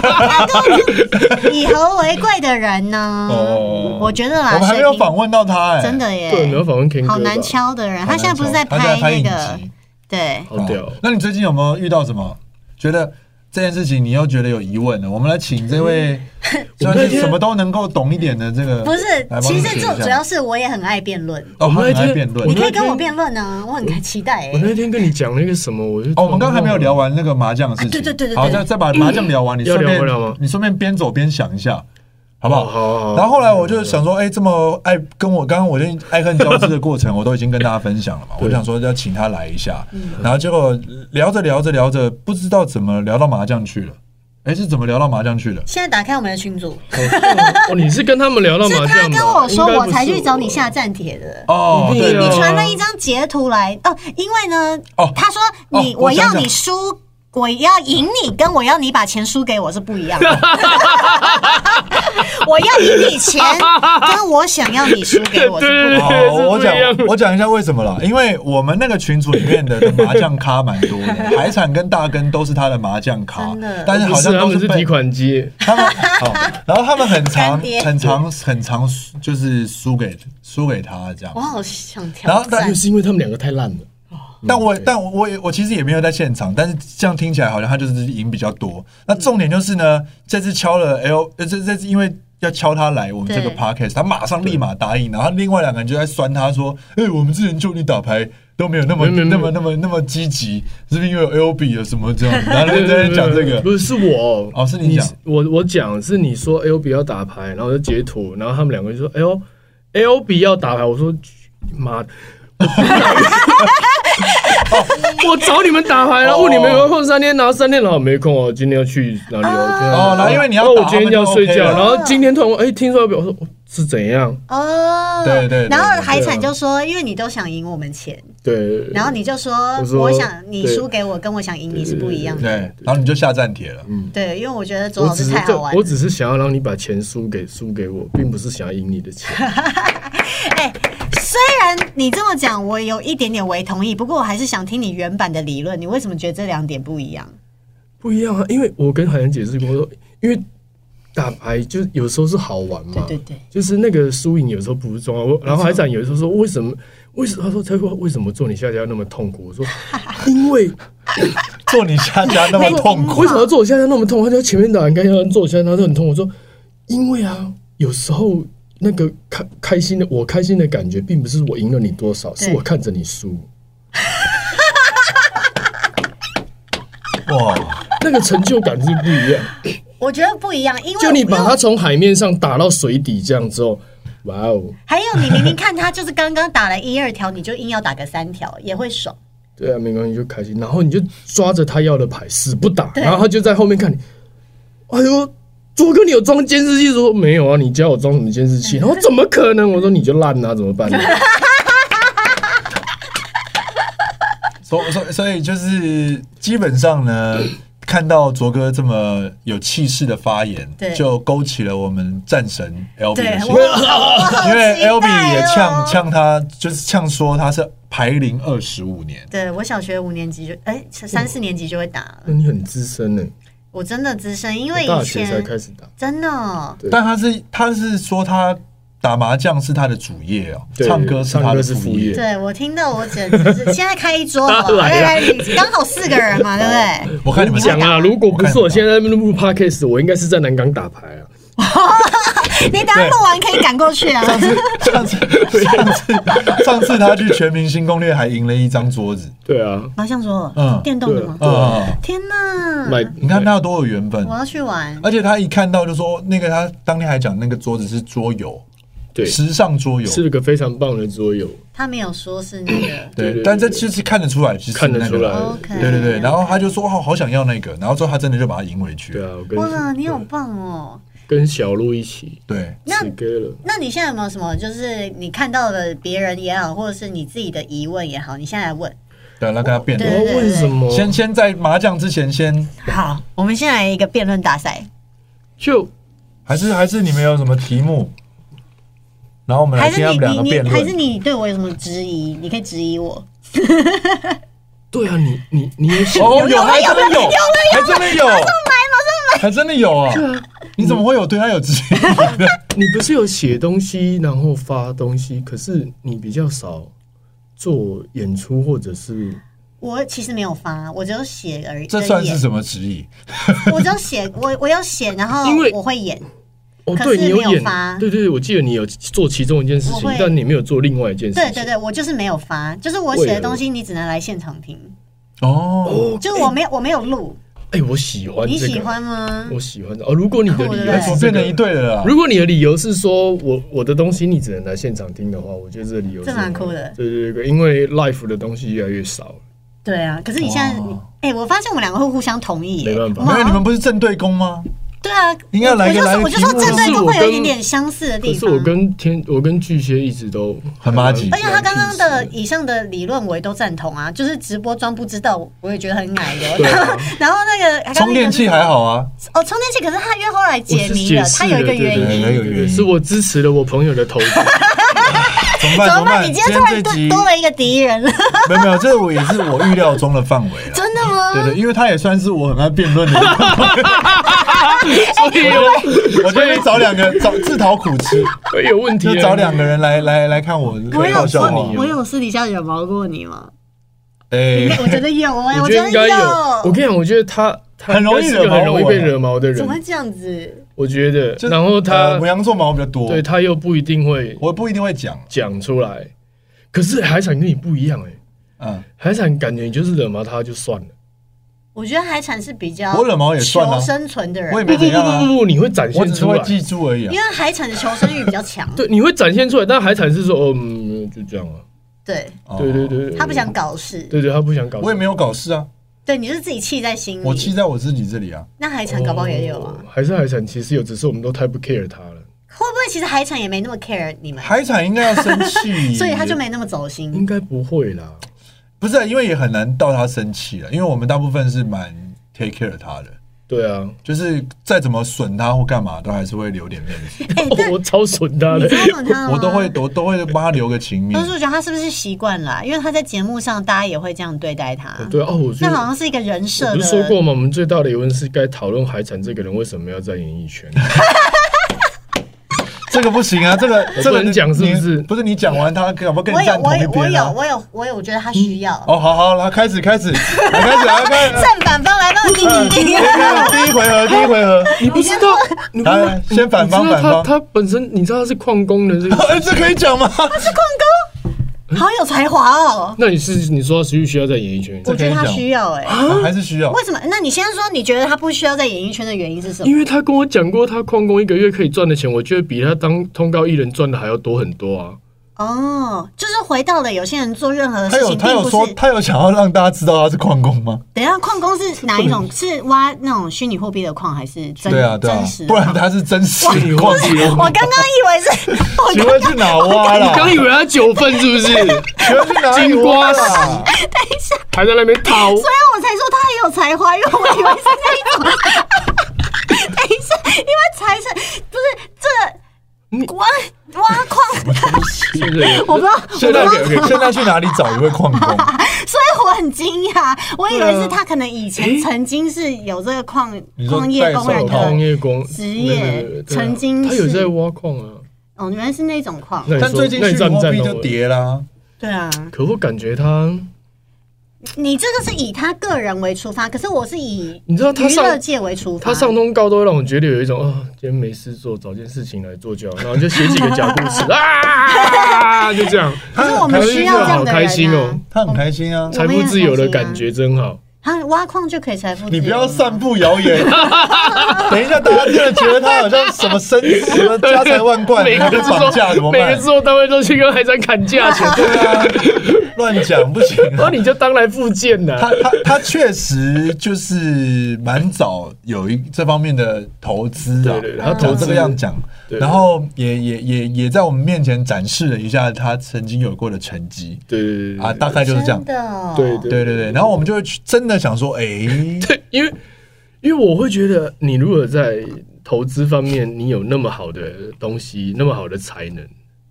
Speaker 3: 好，他跟我以和为贵的人呢
Speaker 1: 哦，
Speaker 3: 我觉得
Speaker 1: 我
Speaker 3: 啦，
Speaker 1: 们还没有
Speaker 3: 水
Speaker 1: 访
Speaker 3: 瓶
Speaker 1: 问到他哎，
Speaker 3: 真的
Speaker 2: 对，你要
Speaker 3: 耶，
Speaker 2: 访问 Ken 哥吧
Speaker 3: 好难，敲的人。
Speaker 1: 好
Speaker 3: 他
Speaker 1: 难
Speaker 3: 现在不是在
Speaker 1: 敲他现在
Speaker 3: 拍
Speaker 1: 拍
Speaker 3: 那
Speaker 1: 影
Speaker 3: 个
Speaker 1: 集，
Speaker 3: 对，
Speaker 2: 好屌哦。
Speaker 1: 那你最近有没有遇到什么觉得这件事情你又觉得有疑问的？我们来请这位
Speaker 3: 嗯
Speaker 1: (laughs) 算是什么都能够懂一点的这个，
Speaker 3: 不是
Speaker 1: 来帮，
Speaker 3: 其
Speaker 1: 你
Speaker 3: 实
Speaker 1: 解
Speaker 3: 这
Speaker 1: 一下
Speaker 3: 主要是我也很爱辩论，
Speaker 1: 哦，我
Speaker 2: 我
Speaker 1: 们
Speaker 2: 们那
Speaker 1: 来
Speaker 2: 天
Speaker 1: 辩
Speaker 2: 我
Speaker 1: 论。
Speaker 3: 你可
Speaker 2: 那
Speaker 3: 以跟
Speaker 2: 天
Speaker 3: 我辩论呢，我很期待欸
Speaker 2: 我
Speaker 3: 耶。
Speaker 2: 那天跟你讲那个什么，我就
Speaker 1: 哦，我们刚刚还没有聊完那个麻将的事情。
Speaker 3: 啊对对对对对
Speaker 1: 好，再再把麻将聊完，你
Speaker 2: 要
Speaker 1: 顺
Speaker 2: 聊
Speaker 1: 便
Speaker 2: 不聊吗
Speaker 1: 你顺便边走边想一下，好不好？
Speaker 2: 哦好啊好啊
Speaker 1: 然后后来我就想说，哎，这么爱跟我刚刚我跟爱恨交织的过程，我都已经跟大家分享了嘛。我想说要请他来一下，然后结果聊着聊着聊着，不知道怎么聊到麻将去了。哎、哎，是怎么聊到麻将去的？
Speaker 3: 现在打开我们的群组，
Speaker 2: (laughs) 哦，你是跟他们聊到
Speaker 3: 是
Speaker 2: 麻
Speaker 3: 他
Speaker 2: 将吗？
Speaker 3: 跟我说
Speaker 2: 应该不
Speaker 3: 我
Speaker 2: 是
Speaker 3: 才去找你下站帖的。
Speaker 1: 哦，
Speaker 2: 一定
Speaker 1: 对，
Speaker 2: 有
Speaker 3: 你传了一张截图来哦，因为呢，
Speaker 1: 哦
Speaker 3: 他说
Speaker 1: 哦
Speaker 3: 你、
Speaker 1: 我
Speaker 3: 我要
Speaker 1: 想
Speaker 3: 你输，我要赢你，跟我要你把钱输给我是不一样的。我要赢你钱，跟我想要你输给我是不一样
Speaker 2: 对对
Speaker 3: 的。
Speaker 2: 是
Speaker 1: 哦好，我
Speaker 2: 不一
Speaker 1: 讲
Speaker 2: 样的
Speaker 1: 我讲一下为什么啦，因为我们那个群组里面的麻将咖蛮多的，海产跟大根都是他的麻将咖
Speaker 3: 真的，
Speaker 1: 但是
Speaker 2: 不
Speaker 1: 好
Speaker 2: 是
Speaker 1: 像
Speaker 2: 他
Speaker 1: 都
Speaker 2: 们是提
Speaker 1: 被
Speaker 2: 款机，
Speaker 1: 他们好，然后他们很常
Speaker 3: 干爹
Speaker 1: 很常很常就是输给输给他这样
Speaker 3: 我。好想
Speaker 1: 然
Speaker 3: 挑
Speaker 1: 后但
Speaker 3: 战，
Speaker 2: 是因为他们两个太烂了。
Speaker 1: 但我但我也我其实也没有在现场，但是这样听起来好像他就是赢比较多。那重点就是呢，这次敲了 L，呃这这次因为要敲他来我们这个
Speaker 3: 对
Speaker 1: podcast，他马上立马答应，然后另外两个人就在酸他说：“哎、我们之前就你打牌。”都没有那么
Speaker 2: 没有没
Speaker 1: 那
Speaker 2: 有
Speaker 1: 么那么那么积极，是不是因为有 L B 有什么这样？然 (laughs) 后就在讲这
Speaker 2: (laughs)
Speaker 1: 个，
Speaker 2: 不是是我
Speaker 1: 哦是你讲
Speaker 2: 我我讲是你说 L B 要打牌，然后我就截图，然后他们两个就说哎呦 L B 要打牌，我说妈的。我找你们打牌，
Speaker 1: 哦
Speaker 2: 然后问你们有没有空三天，然后三天然后没空哦，今天要去哪里哦？今天要
Speaker 1: 哦然后因为你要
Speaker 2: 哦我
Speaker 1: 打
Speaker 2: 今
Speaker 1: 他
Speaker 2: 天
Speaker 1: 们就
Speaker 2: 要睡
Speaker 1: OK
Speaker 2: 觉，
Speaker 1: 了
Speaker 2: 然后今天突然问哎，听说要不要？我说哦是怎样？
Speaker 3: 哦，
Speaker 1: 对对对
Speaker 3: 然后
Speaker 1: 对
Speaker 3: 海产
Speaker 2: 对
Speaker 3: 就说，因为你都想赢我们钱，
Speaker 2: 对，
Speaker 3: 然后你就说，
Speaker 2: 我
Speaker 3: 我
Speaker 2: 说
Speaker 3: 想你
Speaker 2: 对
Speaker 3: 输给我，跟我想赢你是不一样
Speaker 1: 对
Speaker 3: 的。，
Speaker 1: 然后你就下站帖了。
Speaker 3: 对，因为我觉得左
Speaker 2: 我
Speaker 3: 老
Speaker 2: 只
Speaker 3: 师
Speaker 2: 是
Speaker 3: 太
Speaker 2: 这
Speaker 3: 好玩
Speaker 2: 我
Speaker 3: 了。
Speaker 2: 只是想要让你把钱输给输给我，并不是想要赢你的钱。
Speaker 3: 哎，虽然你这么讲，我有一点点为同意，不过我还是想听你原版的理论，你为什么觉得这两点不一样？
Speaker 2: 不一样啊，因为我跟海洋解释过说，因为打牌就有时候是好玩嘛，
Speaker 3: 对对对，
Speaker 2: 就是那个输赢有时候不是重要。我然后海长有时候说为什么？为什么他说他说为什么做你下家那么痛苦？我
Speaker 3: (laughs)
Speaker 2: 说因为
Speaker 1: 做你下家那么痛苦，
Speaker 2: 为什么要做我下家那么痛苦？他说前面打很开心，他做我下家他就很痛苦。我说因为啊，有时候那个开开心的我开心的感觉，并不是我赢了你多少，是
Speaker 3: 对
Speaker 2: 我看着你输。
Speaker 1: 哇，
Speaker 2: 那个成就感是不一
Speaker 3: (laughs)
Speaker 2: 样，
Speaker 3: 我觉得不一样，因为
Speaker 2: 就你把
Speaker 3: 因为
Speaker 2: 它从海面上打到水底这样之后，哇哦，
Speaker 3: 还有你明明看他就是刚刚打了一二条，你就硬要打个三条，也会爽。
Speaker 2: 对啊，没关系，就开心。然后你就抓着他要的牌死不打，然后他就在后面看你。哎呦，卓哥，你有装监视器？说没有啊，你教我装什么监视
Speaker 3: (laughs)
Speaker 2: 器？然后怎么可能？我说你就烂啊，怎么办？
Speaker 1: 所所所以就是基本上呢，看到卓哥这么有气势的发言
Speaker 3: 对，
Speaker 1: 就勾起了我们战神 L B
Speaker 3: 对
Speaker 1: 的心
Speaker 3: 我，我好
Speaker 1: 因为
Speaker 3: 期待
Speaker 1: L B 也
Speaker 3: 哦
Speaker 1: 呛呛他，就是呛说他是排龄二十五年。
Speaker 3: 对我小学五年级就哎三
Speaker 2: 嗯
Speaker 3: 四年级就会打了，
Speaker 2: 那你很资深呢、
Speaker 3: 我真的资深，因为
Speaker 2: 我大
Speaker 3: 以
Speaker 2: 学才
Speaker 3: 前
Speaker 2: 开始打。
Speaker 3: 真的哦
Speaker 2: 对
Speaker 1: 但他是他是说他打麻将是他的主业哦，
Speaker 2: 对
Speaker 1: 唱歌是他
Speaker 2: 唱歌
Speaker 1: 的
Speaker 2: 是
Speaker 1: 副
Speaker 2: 副业
Speaker 1: 业。
Speaker 3: 对我听到我简直是现在开一桌好不好？
Speaker 2: 当然
Speaker 3: (laughs) 来来，啊你刚好四个人嘛，对不对？
Speaker 1: 我看你们
Speaker 2: 讲啊，如果不是
Speaker 1: 我
Speaker 2: 我
Speaker 1: 看
Speaker 2: 现
Speaker 1: 得
Speaker 2: 在在录 podcast，我应该是在南港打牌啊。
Speaker 3: 你等下录完可以赶过去啊。
Speaker 1: 到上次上次上次他去全明星攻略还赢了一张桌子，
Speaker 2: 对啊，
Speaker 3: 麻将桌，
Speaker 1: 嗯
Speaker 3: 电动的吗？
Speaker 1: 嗯，
Speaker 3: 天哪！
Speaker 2: 买
Speaker 1: 你看他有多有缘分
Speaker 3: 我。要去玩。
Speaker 1: 而且他一看到就说，那个他当天还讲那个桌子是桌游，
Speaker 2: 对
Speaker 1: 时尚桌游，
Speaker 2: 是个非常棒的桌游，
Speaker 3: 他没有说是那个
Speaker 1: 对
Speaker 2: 对对
Speaker 1: 但这其实看得出来，其实
Speaker 2: 看得
Speaker 1: 那个
Speaker 2: 出来。
Speaker 3: OK。
Speaker 1: 对对对。然后他就说，哦，好想要那个，然后之后他真的就把它赢回去，
Speaker 2: 对啊，我跟
Speaker 3: 哇，你好棒哦！
Speaker 2: 跟小鹿一起
Speaker 1: 对，
Speaker 3: 那
Speaker 2: 起歌了。
Speaker 3: 那你现在有没有什么，就是你看到了别人也好，或者是你自己的疑问也好，你现在来问。
Speaker 1: 对，然后跟他辩
Speaker 2: 我
Speaker 3: 对
Speaker 1: 论。
Speaker 2: 要哦问什么？
Speaker 1: 先先在麻将之前先，
Speaker 3: 好，我们现在来一个辩论大赛，
Speaker 2: 就
Speaker 1: 还是还是你们有什么题目？然后我们来
Speaker 3: 还
Speaker 1: 听
Speaker 3: 是
Speaker 1: 他们两
Speaker 3: 你
Speaker 1: 个
Speaker 3: 你
Speaker 1: 辩
Speaker 3: 你，还是
Speaker 1: 论。
Speaker 3: 你对我有什么质疑？你可以质疑我。
Speaker 2: 对啊，你你你也想
Speaker 1: 哦，有，还真的有，还真的有，还真的有啊！你怎么会有对他有质疑？
Speaker 2: 你不是有写东西，然后发东西，可是你比较少做演出，或者是
Speaker 3: 我其实没有发，我只有写而已。
Speaker 1: 这算是什么质疑？
Speaker 3: (laughs) 我只有写，我我有写，然后
Speaker 2: 因为
Speaker 3: 我会演。
Speaker 2: 哦，
Speaker 3: 可是
Speaker 2: 对你
Speaker 3: 没有
Speaker 2: 演
Speaker 3: 发，
Speaker 2: 对对对，我记得你有做其中一件事
Speaker 3: 我
Speaker 2: 情
Speaker 3: 会，
Speaker 2: 但你没有做另外一件事
Speaker 3: 对
Speaker 2: 情。
Speaker 3: 对对，我就是没有发，就是我写的东西你只能来现场听，
Speaker 1: 哦，
Speaker 3: 就是我没有我没有录。
Speaker 2: 哎，我喜欢
Speaker 3: 你
Speaker 2: 这
Speaker 3: 喜
Speaker 2: 个，
Speaker 3: 欢吗？
Speaker 2: 我喜欢的哦。如果你的理由
Speaker 3: 对不对
Speaker 1: 我
Speaker 2: 是这
Speaker 1: 变成一
Speaker 2: 个，
Speaker 1: 对了啦。
Speaker 2: 如果你的理由是说我我的东西你只能来现场听的话，我觉得这个理由是
Speaker 3: 这蛮酷的
Speaker 2: 对对对，因为 life 的东西越来越少了。
Speaker 3: 对啊，可是你现在，你哎、我发现我们两个会互相同意耶、
Speaker 2: 没办法
Speaker 3: 我
Speaker 1: 哦没
Speaker 3: 好
Speaker 1: 有，
Speaker 3: 像
Speaker 1: 你们不是正对攻吗？
Speaker 3: 对啊，
Speaker 1: 应该来
Speaker 3: 我
Speaker 1: 一
Speaker 3: 就
Speaker 1: 个来一
Speaker 3: 说，
Speaker 1: 个
Speaker 3: 我就说
Speaker 1: 题目
Speaker 3: 正对
Speaker 2: 可是
Speaker 3: 攻
Speaker 2: 我
Speaker 3: 会有一
Speaker 2: 跟
Speaker 3: 点点相似的地
Speaker 2: 可
Speaker 3: 方。
Speaker 2: 是我跟天，我跟巨蟹一直都
Speaker 1: 很妈吉
Speaker 3: 而且他刚刚的以上的理论我也都赞同啊，就是直播装不知道，我也觉得很奶油。
Speaker 2: 对啊
Speaker 3: 然后 (laughs) 然后那个刚刚那个
Speaker 1: 充电器还好啊，
Speaker 3: 哦，充电器可是他因为后来解
Speaker 2: 我是
Speaker 3: 谜
Speaker 2: 解
Speaker 3: 了，
Speaker 2: 释
Speaker 3: 他有一个
Speaker 2: 了对
Speaker 3: 原
Speaker 1: 对
Speaker 3: 因。
Speaker 1: 还有原因。
Speaker 2: 是我支持了我朋友的投资，
Speaker 1: 怎么
Speaker 3: 怎
Speaker 1: 办？
Speaker 3: 么办？你今天突然
Speaker 1: 这
Speaker 3: 多
Speaker 1: 集
Speaker 3: 多了一个敌人 (laughs) 了，
Speaker 1: 没有没有，这我也是我预料中的范
Speaker 3: (laughs)
Speaker 1: 围了。啊
Speaker 3: 真的吗？
Speaker 1: 对对，因为他也算是我很爱辩论的一
Speaker 3: (laughs)
Speaker 1: 个，
Speaker 2: 所以有
Speaker 1: 我就会找两个找自讨苦
Speaker 2: (laughs)
Speaker 1: 吃，
Speaker 2: 所以有问题
Speaker 1: 就
Speaker 2: 了，
Speaker 1: 找两个人来来来看我
Speaker 3: 我
Speaker 1: 可以
Speaker 3: 有
Speaker 1: 爆笑话
Speaker 3: 我有私底下有毛过你吗？
Speaker 1: 哎，
Speaker 3: 我觉得有哎，
Speaker 2: 我
Speaker 3: 觉
Speaker 2: 觉得应该
Speaker 3: 得
Speaker 2: 有。我跟你讲，我觉得他他
Speaker 1: 很容易
Speaker 2: 应该是
Speaker 1: 惹
Speaker 2: 个
Speaker 1: 毛
Speaker 2: 很容易
Speaker 1: 我
Speaker 2: 被惹毛的
Speaker 3: 怎么会
Speaker 2: 人，
Speaker 3: 这样子？
Speaker 2: 我觉得
Speaker 1: 就。
Speaker 2: 然后他
Speaker 1: 呃母羊座毛比较多，
Speaker 2: 对他又不一定会
Speaker 1: 我不一定会讲，
Speaker 2: 讲出来，可是海产跟你不一样哎、
Speaker 1: 嗯，
Speaker 2: 海产感觉你就是惹毛他就算了，
Speaker 3: 我觉得海产是比较
Speaker 1: 我惹毛也算啊
Speaker 3: 求生存的人
Speaker 1: 我也，
Speaker 2: 不
Speaker 1: 没
Speaker 2: 不
Speaker 1: 怎
Speaker 2: 不
Speaker 1: 样啊
Speaker 3: (laughs)
Speaker 2: 不，不，你会展
Speaker 1: 我
Speaker 2: 现
Speaker 1: 只是
Speaker 2: 出
Speaker 1: 会
Speaker 2: 来，
Speaker 1: 记住而已啊
Speaker 3: 因。为海产的求生欲比较强。
Speaker 2: 对，你会展现出来，但海产是说哦，嗯，就这样啊，
Speaker 3: 对，
Speaker 1: 哦
Speaker 2: 对对，对，对
Speaker 3: 他不想，搞事。
Speaker 2: 对对，他不想搞，
Speaker 1: 我也没有搞事啊，
Speaker 3: 对，你是自己气在心里。
Speaker 1: 我气在我自己这里啊。
Speaker 3: 那海产搞不好也有啊
Speaker 2: 哦，还是海产其实有，只是我们都太不 care 他了，
Speaker 3: 会不会其实海产也没那么 care 你们，
Speaker 1: 海产应该要生气，
Speaker 3: (laughs) 所以他就没那么走心
Speaker 1: 嗯
Speaker 2: 应？该不会啦，
Speaker 1: 不是啊，因为也很难到他生气啊了，因为我们大部分是蛮 take care 他的，
Speaker 2: 对啊，
Speaker 1: 就是再怎么损他或干嘛，都还是会留点面子，
Speaker 3: 哎，
Speaker 2: 哦
Speaker 3: 这
Speaker 2: 我超损他
Speaker 3: 你
Speaker 2: 的，
Speaker 3: 真的懂他吗？
Speaker 1: 我都会。我都会帮他留个情面
Speaker 3: 嗯但。是我觉得他是不是习惯了啊？因为他在节目上，大家也会这样对待他。
Speaker 2: 对哦，我觉
Speaker 3: 那好
Speaker 2: 得。
Speaker 3: 像是一个人设
Speaker 2: 我
Speaker 3: 的。
Speaker 2: 不是说过吗？我们最大的疑问是该讨论海产这个人为什么要在演艺
Speaker 3: (laughs)
Speaker 2: 圈？
Speaker 1: 这个不行啊，这个这个
Speaker 2: 能讲是不是
Speaker 1: 你不是你讲完他搞不好跟
Speaker 3: 我
Speaker 1: 你
Speaker 3: 有，
Speaker 1: 站同
Speaker 3: 我
Speaker 1: 一
Speaker 3: 有，我
Speaker 1: 边
Speaker 3: 有，
Speaker 1: 啊？
Speaker 3: 我有，我有，我觉得他需要。
Speaker 1: 哦，好好，来开始开
Speaker 3: (laughs)
Speaker 1: 始，来开始来开始。
Speaker 3: 正反方来帮我定定定。
Speaker 1: 哦第一回合，第一回
Speaker 3: (laughs)
Speaker 1: 合，
Speaker 2: 你不知道，你不
Speaker 1: 来先反方
Speaker 2: 你知道
Speaker 1: 反方
Speaker 2: 他他本身你知道他是矿工的这个，
Speaker 3: (laughs)
Speaker 1: 哎，这可以讲吗？
Speaker 3: 好有才华
Speaker 1: (laughs)
Speaker 3: 哦！
Speaker 2: 那你是你说他需不需要在演艺圈？
Speaker 3: 我觉得他需要哎、
Speaker 1: 啊还是需要？
Speaker 3: 为什么？那你先说，你觉得他不需要在演艺圈的原因是什么？
Speaker 2: 因为他跟我讲过，他矿工一个月可以赚的钱，我觉得比他当通告艺人赚的还要多很多啊。
Speaker 3: 哦，就是回到了有些人做任何
Speaker 1: 他
Speaker 3: 事
Speaker 1: 有
Speaker 3: 情，
Speaker 1: 他
Speaker 3: 并
Speaker 1: 有
Speaker 3: 不
Speaker 1: 说
Speaker 3: 是。
Speaker 1: 他有想要让大家知道他是矿工吗？
Speaker 3: 等一下，矿工是哪一种？是挖那种虚拟货币的矿，还是真
Speaker 1: 对啊，对啊
Speaker 3: 真实，的
Speaker 1: 不
Speaker 3: 矿？
Speaker 1: 然他是真实
Speaker 2: 你
Speaker 1: 矿
Speaker 2: 忘记了
Speaker 3: 我刚刚以为是，
Speaker 1: (laughs)
Speaker 3: 我
Speaker 1: 请问去哪挖
Speaker 3: (laughs)
Speaker 2: 你刚
Speaker 1: 啦？
Speaker 2: 以为他九份是不是？
Speaker 1: 请问去哪里
Speaker 2: 金
Speaker 1: 挖
Speaker 2: 瓜石
Speaker 1: 啦？
Speaker 2: 还在那边掏，
Speaker 3: 所以我才说他很有才华，因为我以为是那一种。等一下，因为财神不是这个挖挖矿，
Speaker 2: 是不是？
Speaker 3: (laughs) 我不知道，
Speaker 1: 现在现在去哪里找一位矿工？
Speaker 3: 所以我很惊讶，我以为是他可能以前曾经是有这个矿
Speaker 1: 你说
Speaker 3: 矿业工人
Speaker 1: 戴手
Speaker 2: 矿
Speaker 3: 的，
Speaker 2: 业工
Speaker 3: 职业
Speaker 2: 对对对对啊
Speaker 3: 曾经
Speaker 2: 他有
Speaker 3: 是
Speaker 2: 在挖矿啊。
Speaker 3: 哦，原来是那种矿，
Speaker 2: 那你说
Speaker 1: (laughs) 但最近
Speaker 2: 那你
Speaker 1: 虚拟
Speaker 2: 赞不
Speaker 1: 货
Speaker 2: 赞
Speaker 1: 币
Speaker 2: 同
Speaker 1: 就
Speaker 2: 我？
Speaker 1: 跌啦。
Speaker 3: 对啊，
Speaker 2: 可我感觉他，
Speaker 3: 你这个是以他个人为出发，可是我是以
Speaker 2: 你知道他
Speaker 3: 娱
Speaker 2: 上
Speaker 3: 乐界为出发，
Speaker 2: 他上通告都会让我觉得有一种啊，今天没事做，找件事情来做就好，然后就写几个假故事
Speaker 3: (laughs)
Speaker 2: 啊，就这样。
Speaker 3: 可是我们需要这样的
Speaker 2: 好开心
Speaker 3: 人
Speaker 2: 哦
Speaker 3: 啊。
Speaker 1: 他很开心啊！
Speaker 2: 财富自由的感觉真好。
Speaker 3: 他挖矿就可以财富自由，
Speaker 1: 你不要散布谣
Speaker 2: (laughs)
Speaker 1: 言。等一下，大家真的觉得他好像什么
Speaker 2: (laughs)
Speaker 1: 升什么家财万贯，
Speaker 2: 啊每
Speaker 1: 然后
Speaker 2: 个
Speaker 1: 被
Speaker 2: 制
Speaker 1: 绑架怎
Speaker 2: 作
Speaker 1: 么
Speaker 2: 每
Speaker 1: 办
Speaker 2: 个制？作单位都去跟海山砍价
Speaker 3: (laughs)
Speaker 2: 钱，
Speaker 1: 对啊，乱讲不行
Speaker 2: 然
Speaker 1: 啊。
Speaker 2: 后你就当来复健呐。
Speaker 1: 他他他确实就是蛮早有一这方面的投资啊
Speaker 2: 对对对他，投
Speaker 1: 讲这
Speaker 2: 资
Speaker 1: 个样讲，
Speaker 2: 对
Speaker 1: 然后也也也也在我们面前展示了一下他曾经有过的成绩
Speaker 2: 对对对
Speaker 1: 啊，大概就是这样
Speaker 3: 真。的哦，
Speaker 2: 对对
Speaker 1: 对对对，然后我们就会去真的想说，哎，
Speaker 2: 对，因为因为我会觉得，你如果在投资方面你有那么好的东西，那么好的才能，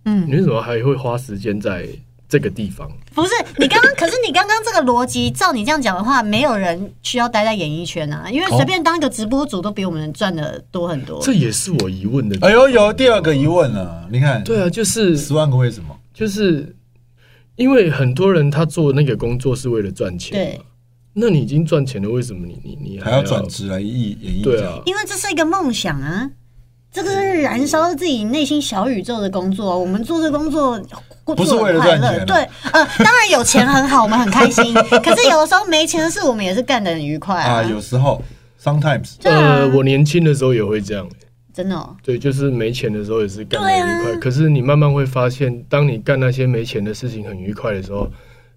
Speaker 3: 嗯
Speaker 2: 你为什么还会花时间在这个地方？
Speaker 3: 不是你刚刚，可是你刚刚这个逻辑，照你这样讲的话，没有人需要待在演艺圈啊，因为随便当一个直播主都比我们赚的多很多。
Speaker 2: 这也是我疑问的。
Speaker 1: 哦哎呦，有第二个疑问了，你看，
Speaker 2: 对啊，就是
Speaker 1: 十万个为什么？
Speaker 2: 就是因为很多人他做那个工作是为了赚钱
Speaker 3: 对
Speaker 2: 嘛，，那你已经赚钱了，为什么你你你
Speaker 1: 还
Speaker 2: 要
Speaker 1: 要转？职来演演艺
Speaker 2: 对
Speaker 1: 这
Speaker 2: 啊
Speaker 1: 样，
Speaker 3: 因为这是一个梦想啊，这个是燃烧自己内心小宇宙的工作。我们做这工作。
Speaker 1: 不是
Speaker 3: 做得
Speaker 1: 为了
Speaker 3: 快
Speaker 1: 赚
Speaker 3: 乐
Speaker 1: 钱啊
Speaker 3: 对，呃，当然有钱很好，我们很
Speaker 1: (laughs)
Speaker 3: 开心。可是有的时候没钱的事，我们也是干得很愉快啊。
Speaker 1: 啊，有时候 sometimes
Speaker 3: 对啊
Speaker 2: 呃，我年轻的时候也会这样、
Speaker 3: 真的、哦，
Speaker 2: 对，就是没钱的时候也是干得
Speaker 3: 对
Speaker 2: 很
Speaker 3: 啊
Speaker 2: 愉快。可是你慢慢会发现，当你干那些没钱的事情很愉快的时候，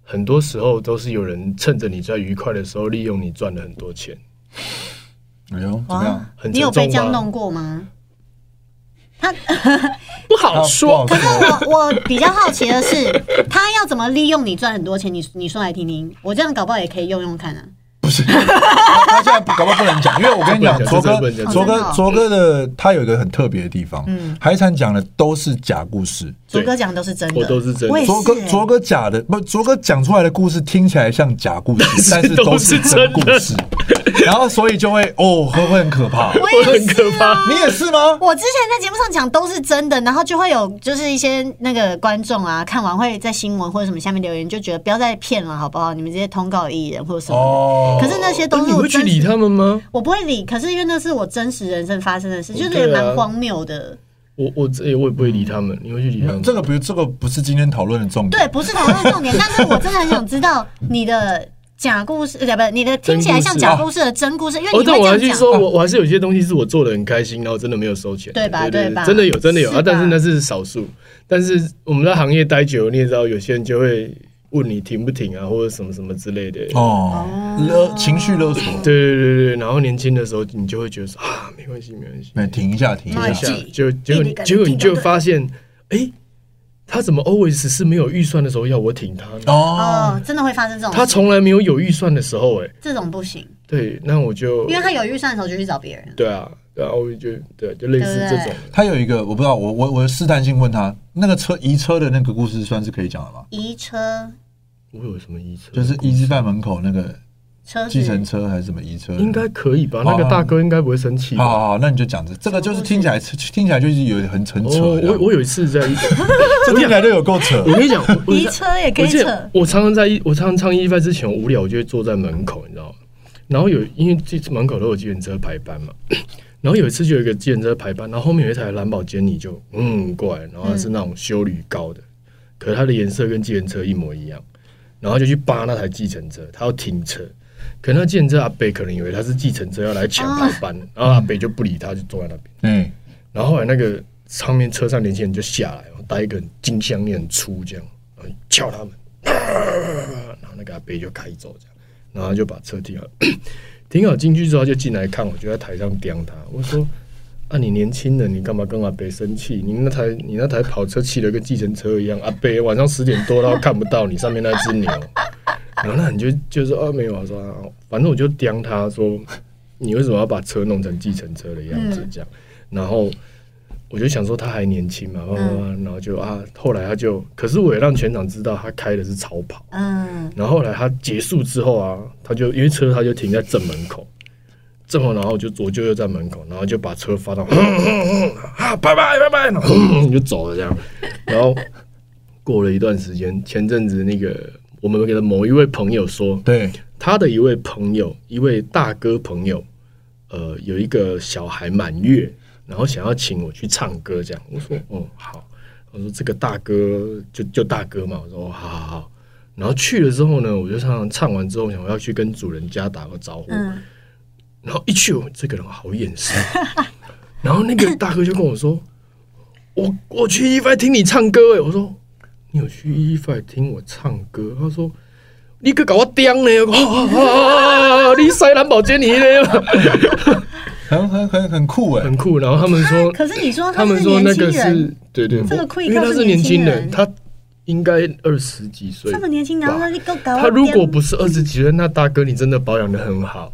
Speaker 2: 很多时候都是有人趁着你在愉快的时候，利用你赚了很多钱。
Speaker 1: 哎呦，怎么样？
Speaker 2: 很
Speaker 3: 你有
Speaker 2: 沉重
Speaker 3: 被这样
Speaker 2: 吗
Speaker 3: 弄过吗？
Speaker 2: 不好哦说，
Speaker 1: 可是
Speaker 3: 我我比较好奇的是，他要怎么利用你赚很多钱？你你说来听听，我这样搞不好也可以用用看啊。
Speaker 1: 他现在搞不好不能讲，因为我跟你讲，
Speaker 2: 这
Speaker 1: 卓
Speaker 2: 不能
Speaker 1: 哥
Speaker 2: 讲这，
Speaker 1: 卓
Speaker 3: 不能
Speaker 1: 哥，
Speaker 3: 讲
Speaker 1: 卓哥的他有一个很特别的地方，海产讲的都是假故事。
Speaker 3: 卓
Speaker 2: 对
Speaker 3: 哥讲的都是真的，
Speaker 2: 我都是真的
Speaker 3: 我也是、
Speaker 1: 卓哥，
Speaker 3: 欸
Speaker 1: 卓哥假的不，卓哥讲出来的故事听起来像假故
Speaker 2: (laughs)
Speaker 1: 事，但是都是真故事，然后所以就会哦，会会很可怕。
Speaker 3: 我
Speaker 2: 我
Speaker 3: 也
Speaker 2: 很
Speaker 3: 是、
Speaker 2: 可怕。
Speaker 1: 你也是吗？
Speaker 3: 我之前在节目上讲都是真的，然后就会有就是一些那个观众啊，看完会在新闻或者什么下面留言，就觉得不要再骗了，好不好？你们这些通告艺人或者什么的。
Speaker 1: 哦
Speaker 3: 可是那些都
Speaker 2: 哎你
Speaker 3: 是我
Speaker 2: 会去
Speaker 3: 真
Speaker 2: 理
Speaker 3: 实，
Speaker 2: 他们吗？
Speaker 3: 我不会理。可是因为那是我真实人生发生的事，就是也
Speaker 2: 对啊
Speaker 3: 蛮荒谬的。
Speaker 2: 我我这我也不会理他们，你会去理他们？
Speaker 1: 这个不是，这个不是今天讨论的重
Speaker 3: 对，
Speaker 1: 点。
Speaker 3: 不是讨论
Speaker 2: (laughs)
Speaker 3: 重点，但是我真的很想知道你的假故事，呃，不，你的听起来像假故事的真故事，因为你
Speaker 2: 哦，
Speaker 3: 会
Speaker 2: 但我还
Speaker 3: 这
Speaker 2: 去
Speaker 3: 样
Speaker 2: 说，
Speaker 3: 讲。
Speaker 2: 我我还是有些东西是我做的很开心，然后真的没有收钱，
Speaker 3: 对吧
Speaker 2: 对
Speaker 3: 对吧
Speaker 2: 真的有，真的有啊
Speaker 3: 是吧，
Speaker 2: 但是那是少数。但是我们在行业待久了，你也知道，有些人就会问你停不停啊，或者什么什么之类的。
Speaker 1: 哦，勒情绪勒索，
Speaker 2: 对对对对，然后年轻的时候，你就会觉得说啊，没关系，没关系，
Speaker 1: 没停一下，停
Speaker 3: 没
Speaker 1: 一
Speaker 3: 关
Speaker 2: 一
Speaker 3: 系
Speaker 1: 下。
Speaker 2: 下，就结果
Speaker 3: 地理感
Speaker 2: 结果
Speaker 3: 地
Speaker 2: 你
Speaker 3: 理
Speaker 2: 就
Speaker 3: 感
Speaker 2: 发现，哎，他怎么 always 是没有预算的时候要我挺他呢？
Speaker 1: 哦，
Speaker 3: 哦，真的会发生这种事，
Speaker 2: 他从来没有有预算的时候，哎，
Speaker 3: 这种不行，
Speaker 2: 对，那我就
Speaker 3: 因为他有预算的时候就去找别人。
Speaker 2: 对啊，对啊，我就对，就类似这
Speaker 3: 对
Speaker 2: 种。
Speaker 1: 他有一个我不知道，我我我试探性问他，那个车移车的那个故事算是可以讲的吧？
Speaker 3: 移车
Speaker 2: 我有什么意思？
Speaker 1: 就是移至办门口那个
Speaker 3: 车
Speaker 1: 计程
Speaker 3: 子，
Speaker 1: 车还是什么移车？
Speaker 2: 应该可以吧？
Speaker 1: 好
Speaker 2: 那个大哥应该不会生气
Speaker 1: 好
Speaker 2: 吧。
Speaker 1: 好好，那你就讲这这个就是听起来听起来就是有很很扯
Speaker 2: 哦，
Speaker 1: 这
Speaker 2: 我
Speaker 1: 样，
Speaker 2: 我有一次在，
Speaker 1: 这听起来就有够扯
Speaker 2: 我跟你讲，我我
Speaker 3: 移车也可
Speaker 2: 我
Speaker 3: 以
Speaker 2: 记
Speaker 3: 扯
Speaker 2: 得。我常常在一我常常唱一番之前我无聊，我就会坐在门口，你知道吗？然后有因为这门口都有计程车排班嘛， (coughs) 然后有一次就有一个计程车排班，然后后面有一台蓝宝坚尼就嗯过来，然后它是那种修旅高的，可是它的颜色跟计程车一模一样，然后就去扒那台计程车，他要停车。可那计程车阿北可能以为他是计程车要来抢排班，然后阿北就不理他，就坐在那边。
Speaker 1: 哎，
Speaker 2: 然后后来那个上面车上年轻人就下来，然后带一个金项链很粗这样，然后敲他们，然后那个阿伯就开走这样，然后就把车停好，停好进去之后他就进来看我，就在台上刁他，我说。啊，你年轻人，你干嘛跟阿伯生气？你那台你那台跑车气得跟计程车一样，阿伯晚上十点多然后看不到你上面那只牛，然后那你就就说哦没有啊，说啊，反正我就刁他说，你为什么要把车弄成计程车的样子这样？然后我就想说他还年轻嘛，慢慢慢，然后就啊，后来他就，可是我也让全场知道他开的是超跑。
Speaker 3: 嗯，
Speaker 2: 然后后来他结束之后啊，他就因为车他就停在正门口，正门，然后我就我舅又在门口，然后就把车发到， (laughs) 啊，拜拜拜拜，然后就走了这样。然后过了一段时间，前阵子那个我们给的某一位朋友说，
Speaker 1: 对，
Speaker 2: 他的一位朋友，一位大哥朋友，呃，有一个小孩满月，然后想要请我去唱歌，这样。我说，哦，好。我说这个大哥就就大哥嘛。我说，哦，好好好。然后去了之后呢，我就唱唱完之后，想我要去跟主人家打个招呼。
Speaker 3: 嗯
Speaker 2: 然后一去，我这个人好眼熟。 (laughs) 然后那个大哥就跟我说：“我我去 EFI 听你唱歌。”哎，我说：“你有去 EFI 听我唱歌？”他说：“你个搞我刁呢！”我说哦哦哦你塞蓝宝坚尼呢？
Speaker 1: 很很很很酷哎，
Speaker 2: 很酷。然后他们说，
Speaker 3: 可是你说
Speaker 2: 他
Speaker 3: 他是
Speaker 2: 们说
Speaker 3: 年
Speaker 2: 那个
Speaker 3: 轻人，
Speaker 2: 是对对，
Speaker 3: 这个
Speaker 2: 我
Speaker 3: Quick
Speaker 2: 因为他
Speaker 3: 是
Speaker 2: 是
Speaker 3: 年
Speaker 2: 年
Speaker 3: 轻
Speaker 2: 轻
Speaker 3: 人
Speaker 2: 人，他应该二十几岁
Speaker 3: 这。么年轻，然后
Speaker 2: 吧
Speaker 3: 他就够搞。
Speaker 2: 他如果不是二十几岁，那大哥你真的保养的很
Speaker 3: (laughs)
Speaker 2: 好。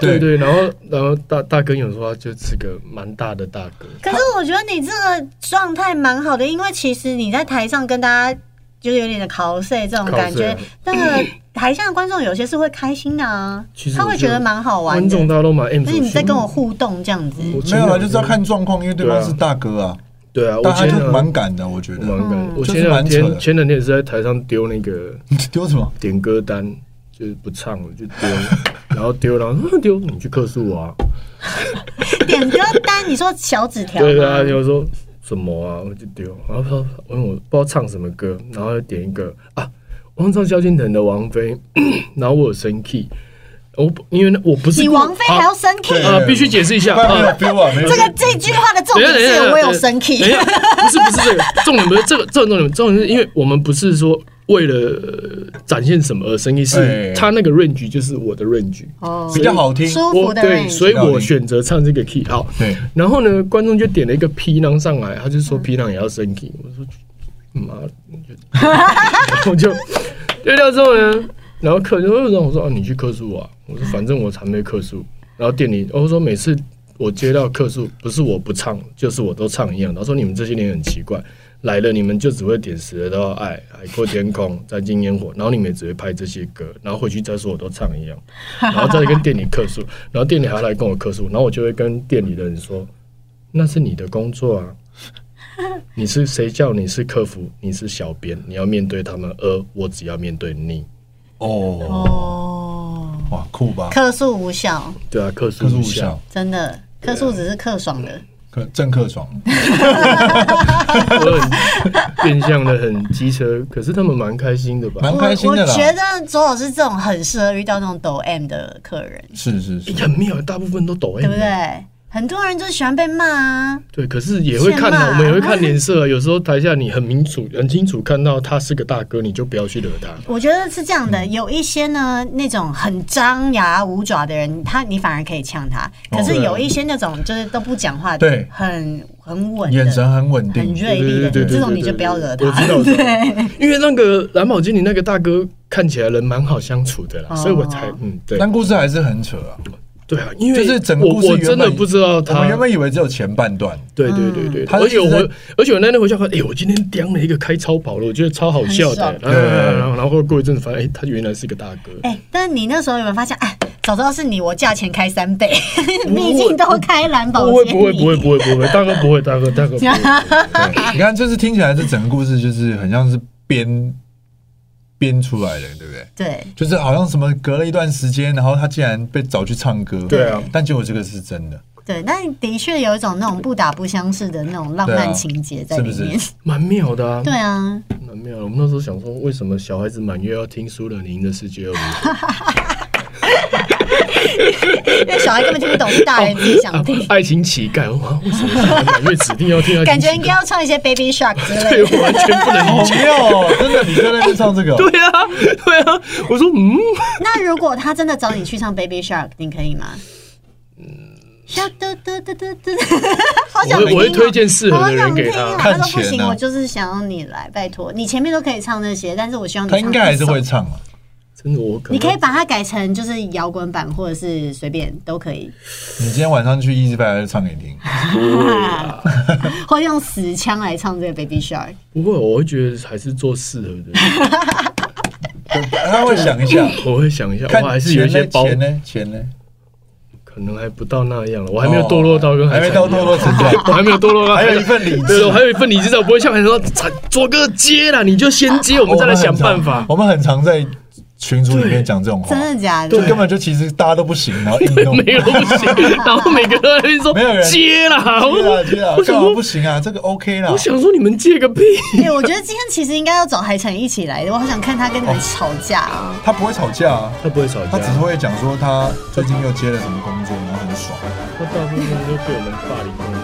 Speaker 2: 对
Speaker 1: 对
Speaker 2: 对，然后然后大大哥有时候他就是个蛮大的大哥。
Speaker 3: 可是我觉得你这个状态蛮好的，因为其实你在台上跟大家就是有点的 cos 这种感觉
Speaker 2: cos，
Speaker 3: 但是台下的观众有些是会开心的啊
Speaker 2: 其，实
Speaker 3: 他会觉得蛮好玩
Speaker 2: 观众
Speaker 3: 的，
Speaker 2: 大家都蛮 M 属
Speaker 3: 就是
Speaker 2: 性。
Speaker 3: 你在跟我互动这样子。
Speaker 2: 我
Speaker 1: 没
Speaker 2: 前
Speaker 1: 有
Speaker 2: 两
Speaker 1: 啦，
Speaker 2: 天
Speaker 1: 就是要看状况，因为对方是大哥啊，
Speaker 2: 对啊，我
Speaker 1: 但他
Speaker 2: 前
Speaker 1: 就
Speaker 2: 两
Speaker 1: 蛮敢的，我觉
Speaker 2: 我
Speaker 1: 得。
Speaker 2: 蛮
Speaker 3: 嗯
Speaker 2: 敢。我
Speaker 1: 就是
Speaker 2: 前两
Speaker 1: 蛮扯
Speaker 2: 天
Speaker 1: 的
Speaker 2: 前两天也是在台上丢那个
Speaker 1: (laughs) 丢什么？
Speaker 2: 点歌单，就是不唱了就丢， (laughs) 然后丢，然后说丢你去克诉我啊。
Speaker 3: 点歌单，你说小纸条
Speaker 2: 对啊，
Speaker 3: 吗？
Speaker 2: 就说什么啊，我就丢。然后他问我不知道唱什么歌，然后就点一个啊，我想唱萧敬腾的《王菲》， (clears throat) 然后我有生气，我不因为那我不是
Speaker 3: 你
Speaker 2: 故
Speaker 3: 王菲还要生气？
Speaker 1: 对
Speaker 2: 啊，必须解释一下
Speaker 1: 不然没有
Speaker 2: 啊。
Speaker 1: feel 啊，没有
Speaker 3: 这个
Speaker 1: feel
Speaker 3: 这句话的重
Speaker 2: 等一
Speaker 3: 点
Speaker 2: 下，等一
Speaker 3: 是
Speaker 2: 下，
Speaker 3: 我有生气
Speaker 2: 哎等一。下，不是不是这个重点，不是这个这个重点，重点是因为我们不是说为了展现什么而生意，
Speaker 1: 哎
Speaker 2: 是他那个 range 就是我的 range。
Speaker 3: 哦
Speaker 1: 比较好听。
Speaker 3: 舒服
Speaker 2: 我
Speaker 3: 的
Speaker 2: 对，
Speaker 3: range，
Speaker 2: 所以我选择唱这个 key 好。
Speaker 1: 对，
Speaker 2: 然后呢，观众就点了一个皮囊上来，他就说皮囊也要升 key，我说嗯妈，我就 (laughs) 然后就对掉之后呢，然后客人就说让我说啊，你去客诉我啊，我说反正我才没客诉。然后店里我说每次我接到客诉，不是我不唱，就是我都唱一样。他说你们这些年很奇怪。来了，你们就只会点十二都要爱，海阔哎天空，再见烟火，然后你们也只会拍这些歌，然后回去再说我都唱一样，然后再跟店里客诉，然后店里还来跟我客诉，然后我就会跟店里的人说，那是你的工作啊，你是谁叫你是客服，你是小编，你要面对他们，而我只要面对你，
Speaker 1: 哦，
Speaker 3: 哦，
Speaker 1: 哇，酷吧？
Speaker 3: 客诉无效，
Speaker 2: 对啊，客诉
Speaker 1: 克数
Speaker 2: 无
Speaker 1: 无
Speaker 2: 效
Speaker 1: 效，，
Speaker 3: 真的，客诉只是客爽的。
Speaker 1: 克正克爽，
Speaker 2: 我很变相的很机车，可是他们蛮开心的吧？
Speaker 1: 蛮开心的
Speaker 3: 我
Speaker 1: 啦
Speaker 3: 我。觉得左老师这种很适合遇到那种抖 M 的客人，
Speaker 1: 是是是，
Speaker 2: 哎很妙，大部分都
Speaker 1: 哎
Speaker 2: 抖 M，
Speaker 3: 对不对？很多人就是喜欢被骂啊，
Speaker 2: 对，可是也会看
Speaker 3: 欠骂
Speaker 2: 的，我们也会看脸色啊。有时候台下你很明楚、很清楚看到他是个大哥，你就不要去惹他。
Speaker 3: 我觉得是这样的，
Speaker 1: 嗯
Speaker 3: 有一些呢，那种很张牙舞爪的人，他你反而可以呛他。可是有一些那种就是都不讲话，
Speaker 1: 哦啊对
Speaker 3: 很很稳的，
Speaker 1: 眼神很稳
Speaker 3: 很
Speaker 1: 定，
Speaker 3: 锐利
Speaker 2: 对对
Speaker 3: 的，
Speaker 2: 对对
Speaker 3: 这种你就不要惹他。
Speaker 2: 我知道我知道
Speaker 3: 对，
Speaker 2: 因为那个蓝宝经理那个大哥看起来人蛮好相处的啦，
Speaker 3: 哦
Speaker 2: 所以我才嗯对
Speaker 1: 但故事还是很扯啊。
Speaker 2: 对啊，因为
Speaker 1: 就是整个故事
Speaker 2: 我我
Speaker 1: 原
Speaker 2: 真的
Speaker 1: 本
Speaker 2: 不知道
Speaker 1: 我们
Speaker 2: 他
Speaker 1: 原。本以为只有前半段，
Speaker 2: 对对对对，
Speaker 1: 他
Speaker 2: 而且
Speaker 1: 就是在
Speaker 2: 我而且我那天回家看，哎、我今天叼了一个开超跑了，我觉得超好笑的。
Speaker 3: 很
Speaker 2: 然后然后然后过一阵子发现，哎、他原来是个大哥。
Speaker 3: 哎、但你那时候有没有发现？哎，早知道是你，我价钱开三倍，
Speaker 2: 会
Speaker 3: 毕竟都开蓝宝
Speaker 2: 不
Speaker 3: 坚
Speaker 2: 会
Speaker 3: 尼
Speaker 2: 不会不会不会不会，大哥不会大哥大
Speaker 1: (laughs)
Speaker 2: 哥不会。
Speaker 1: 对，你看，就是听起来这整个故事就是很像是编编出来的，对不对？
Speaker 3: 对，
Speaker 1: 就是好像什么隔了一段时间，然后他竟然被找去唱歌，
Speaker 2: 对啊
Speaker 1: 但结果这个是真的，
Speaker 3: 对，但的确有一种那种不打不相识的那种浪
Speaker 1: 对啊
Speaker 3: 漫情节在
Speaker 1: 是
Speaker 3: 里
Speaker 1: 不
Speaker 3: 面。
Speaker 1: 是
Speaker 2: 蛮妙的啊。
Speaker 3: 对啊，
Speaker 2: 蛮妙的。我们那时候想说，为什么小孩子满月要听苏乐宁的《世界二五》？
Speaker 3: 因为小孩根本听不懂，是大人自己想
Speaker 1: (laughs) 啊
Speaker 3: 听
Speaker 2: (laughs) 。爱情乞丐，哇，为什么小孩满月指定要听爱情乞丐？
Speaker 3: 感觉应该要唱一些 Baby Shark 之类
Speaker 2: 对，
Speaker 3: 的。
Speaker 2: 我完全不能
Speaker 1: 好
Speaker 2: 理解。
Speaker 1: 妙哦！真的，你在那边唱这个哦，
Speaker 2: (laughs) 对啊，对啊，我说嗯，
Speaker 3: 那如果他真的找你去唱 Baby Shark，你可以吗？嗯，嘟嘟嘟嘟嘟，好想
Speaker 2: 我
Speaker 3: 听哦
Speaker 2: 会我会推荐适合的人给他
Speaker 3: 好想听哦他说不
Speaker 1: 看钱
Speaker 3: 行，
Speaker 1: 啊
Speaker 3: 我就是想要你来，拜托，你前面都可以唱那些，但是我希望你
Speaker 1: 他
Speaker 3: 唱
Speaker 1: 应该还是会
Speaker 3: 一首。
Speaker 1: 唱啊。
Speaker 2: 真的我可
Speaker 3: 你
Speaker 2: 能
Speaker 3: 可以把它改成就是摇滚版，或者是随便都可以，
Speaker 1: 你今天晚上去 Easy Five 唱给你听，
Speaker 2: 嗯
Speaker 3: (laughs) 或用死腔来唱这个 Baby Shark。
Speaker 2: 不会，我会觉得还是做适合
Speaker 3: (laughs)
Speaker 2: 的。
Speaker 1: 他会想一
Speaker 2: (laughs)
Speaker 1: 下，
Speaker 2: 我会想一下，
Speaker 1: 看
Speaker 2: 我还是有一
Speaker 1: 钱
Speaker 2: 些
Speaker 1: 呢
Speaker 2: 包，
Speaker 1: 钱呢，钱呢，
Speaker 2: 可能还不到那样了。我还没有堕落到跟
Speaker 1: 还没
Speaker 2: 到
Speaker 1: 到堕落成这样，
Speaker 2: (laughs) 我还没有堕落到，
Speaker 1: 哦还有一份理智
Speaker 2: 对，我还有一份理智在，我不会像很多人说卓哥接了，你就先接，我们再来想办法。
Speaker 1: 我们很常在群组里面讲这种话，
Speaker 3: 真的假的？
Speaker 1: 就根本就其实大家都不行，然后硬弄。
Speaker 2: (laughs) 没有不行，然后每个人在那边说
Speaker 1: 哦没有人
Speaker 2: 接啦，我
Speaker 1: 对啊，对啊，
Speaker 2: 我
Speaker 1: 干
Speaker 2: 想
Speaker 1: 嘛
Speaker 2: 说
Speaker 1: 不行啊？这个 OK 啦
Speaker 2: 我。想说你们借个屁！
Speaker 3: 对，我觉得今天其实应该要找海晨一起来的，我好想看他跟你们吵架啊！
Speaker 1: 他不会吵架啊，
Speaker 2: 他不会吵架，
Speaker 1: 他只是会讲说他最近又接了什么工作，然后很爽。
Speaker 2: 他大部分都被我们霸凌。嗯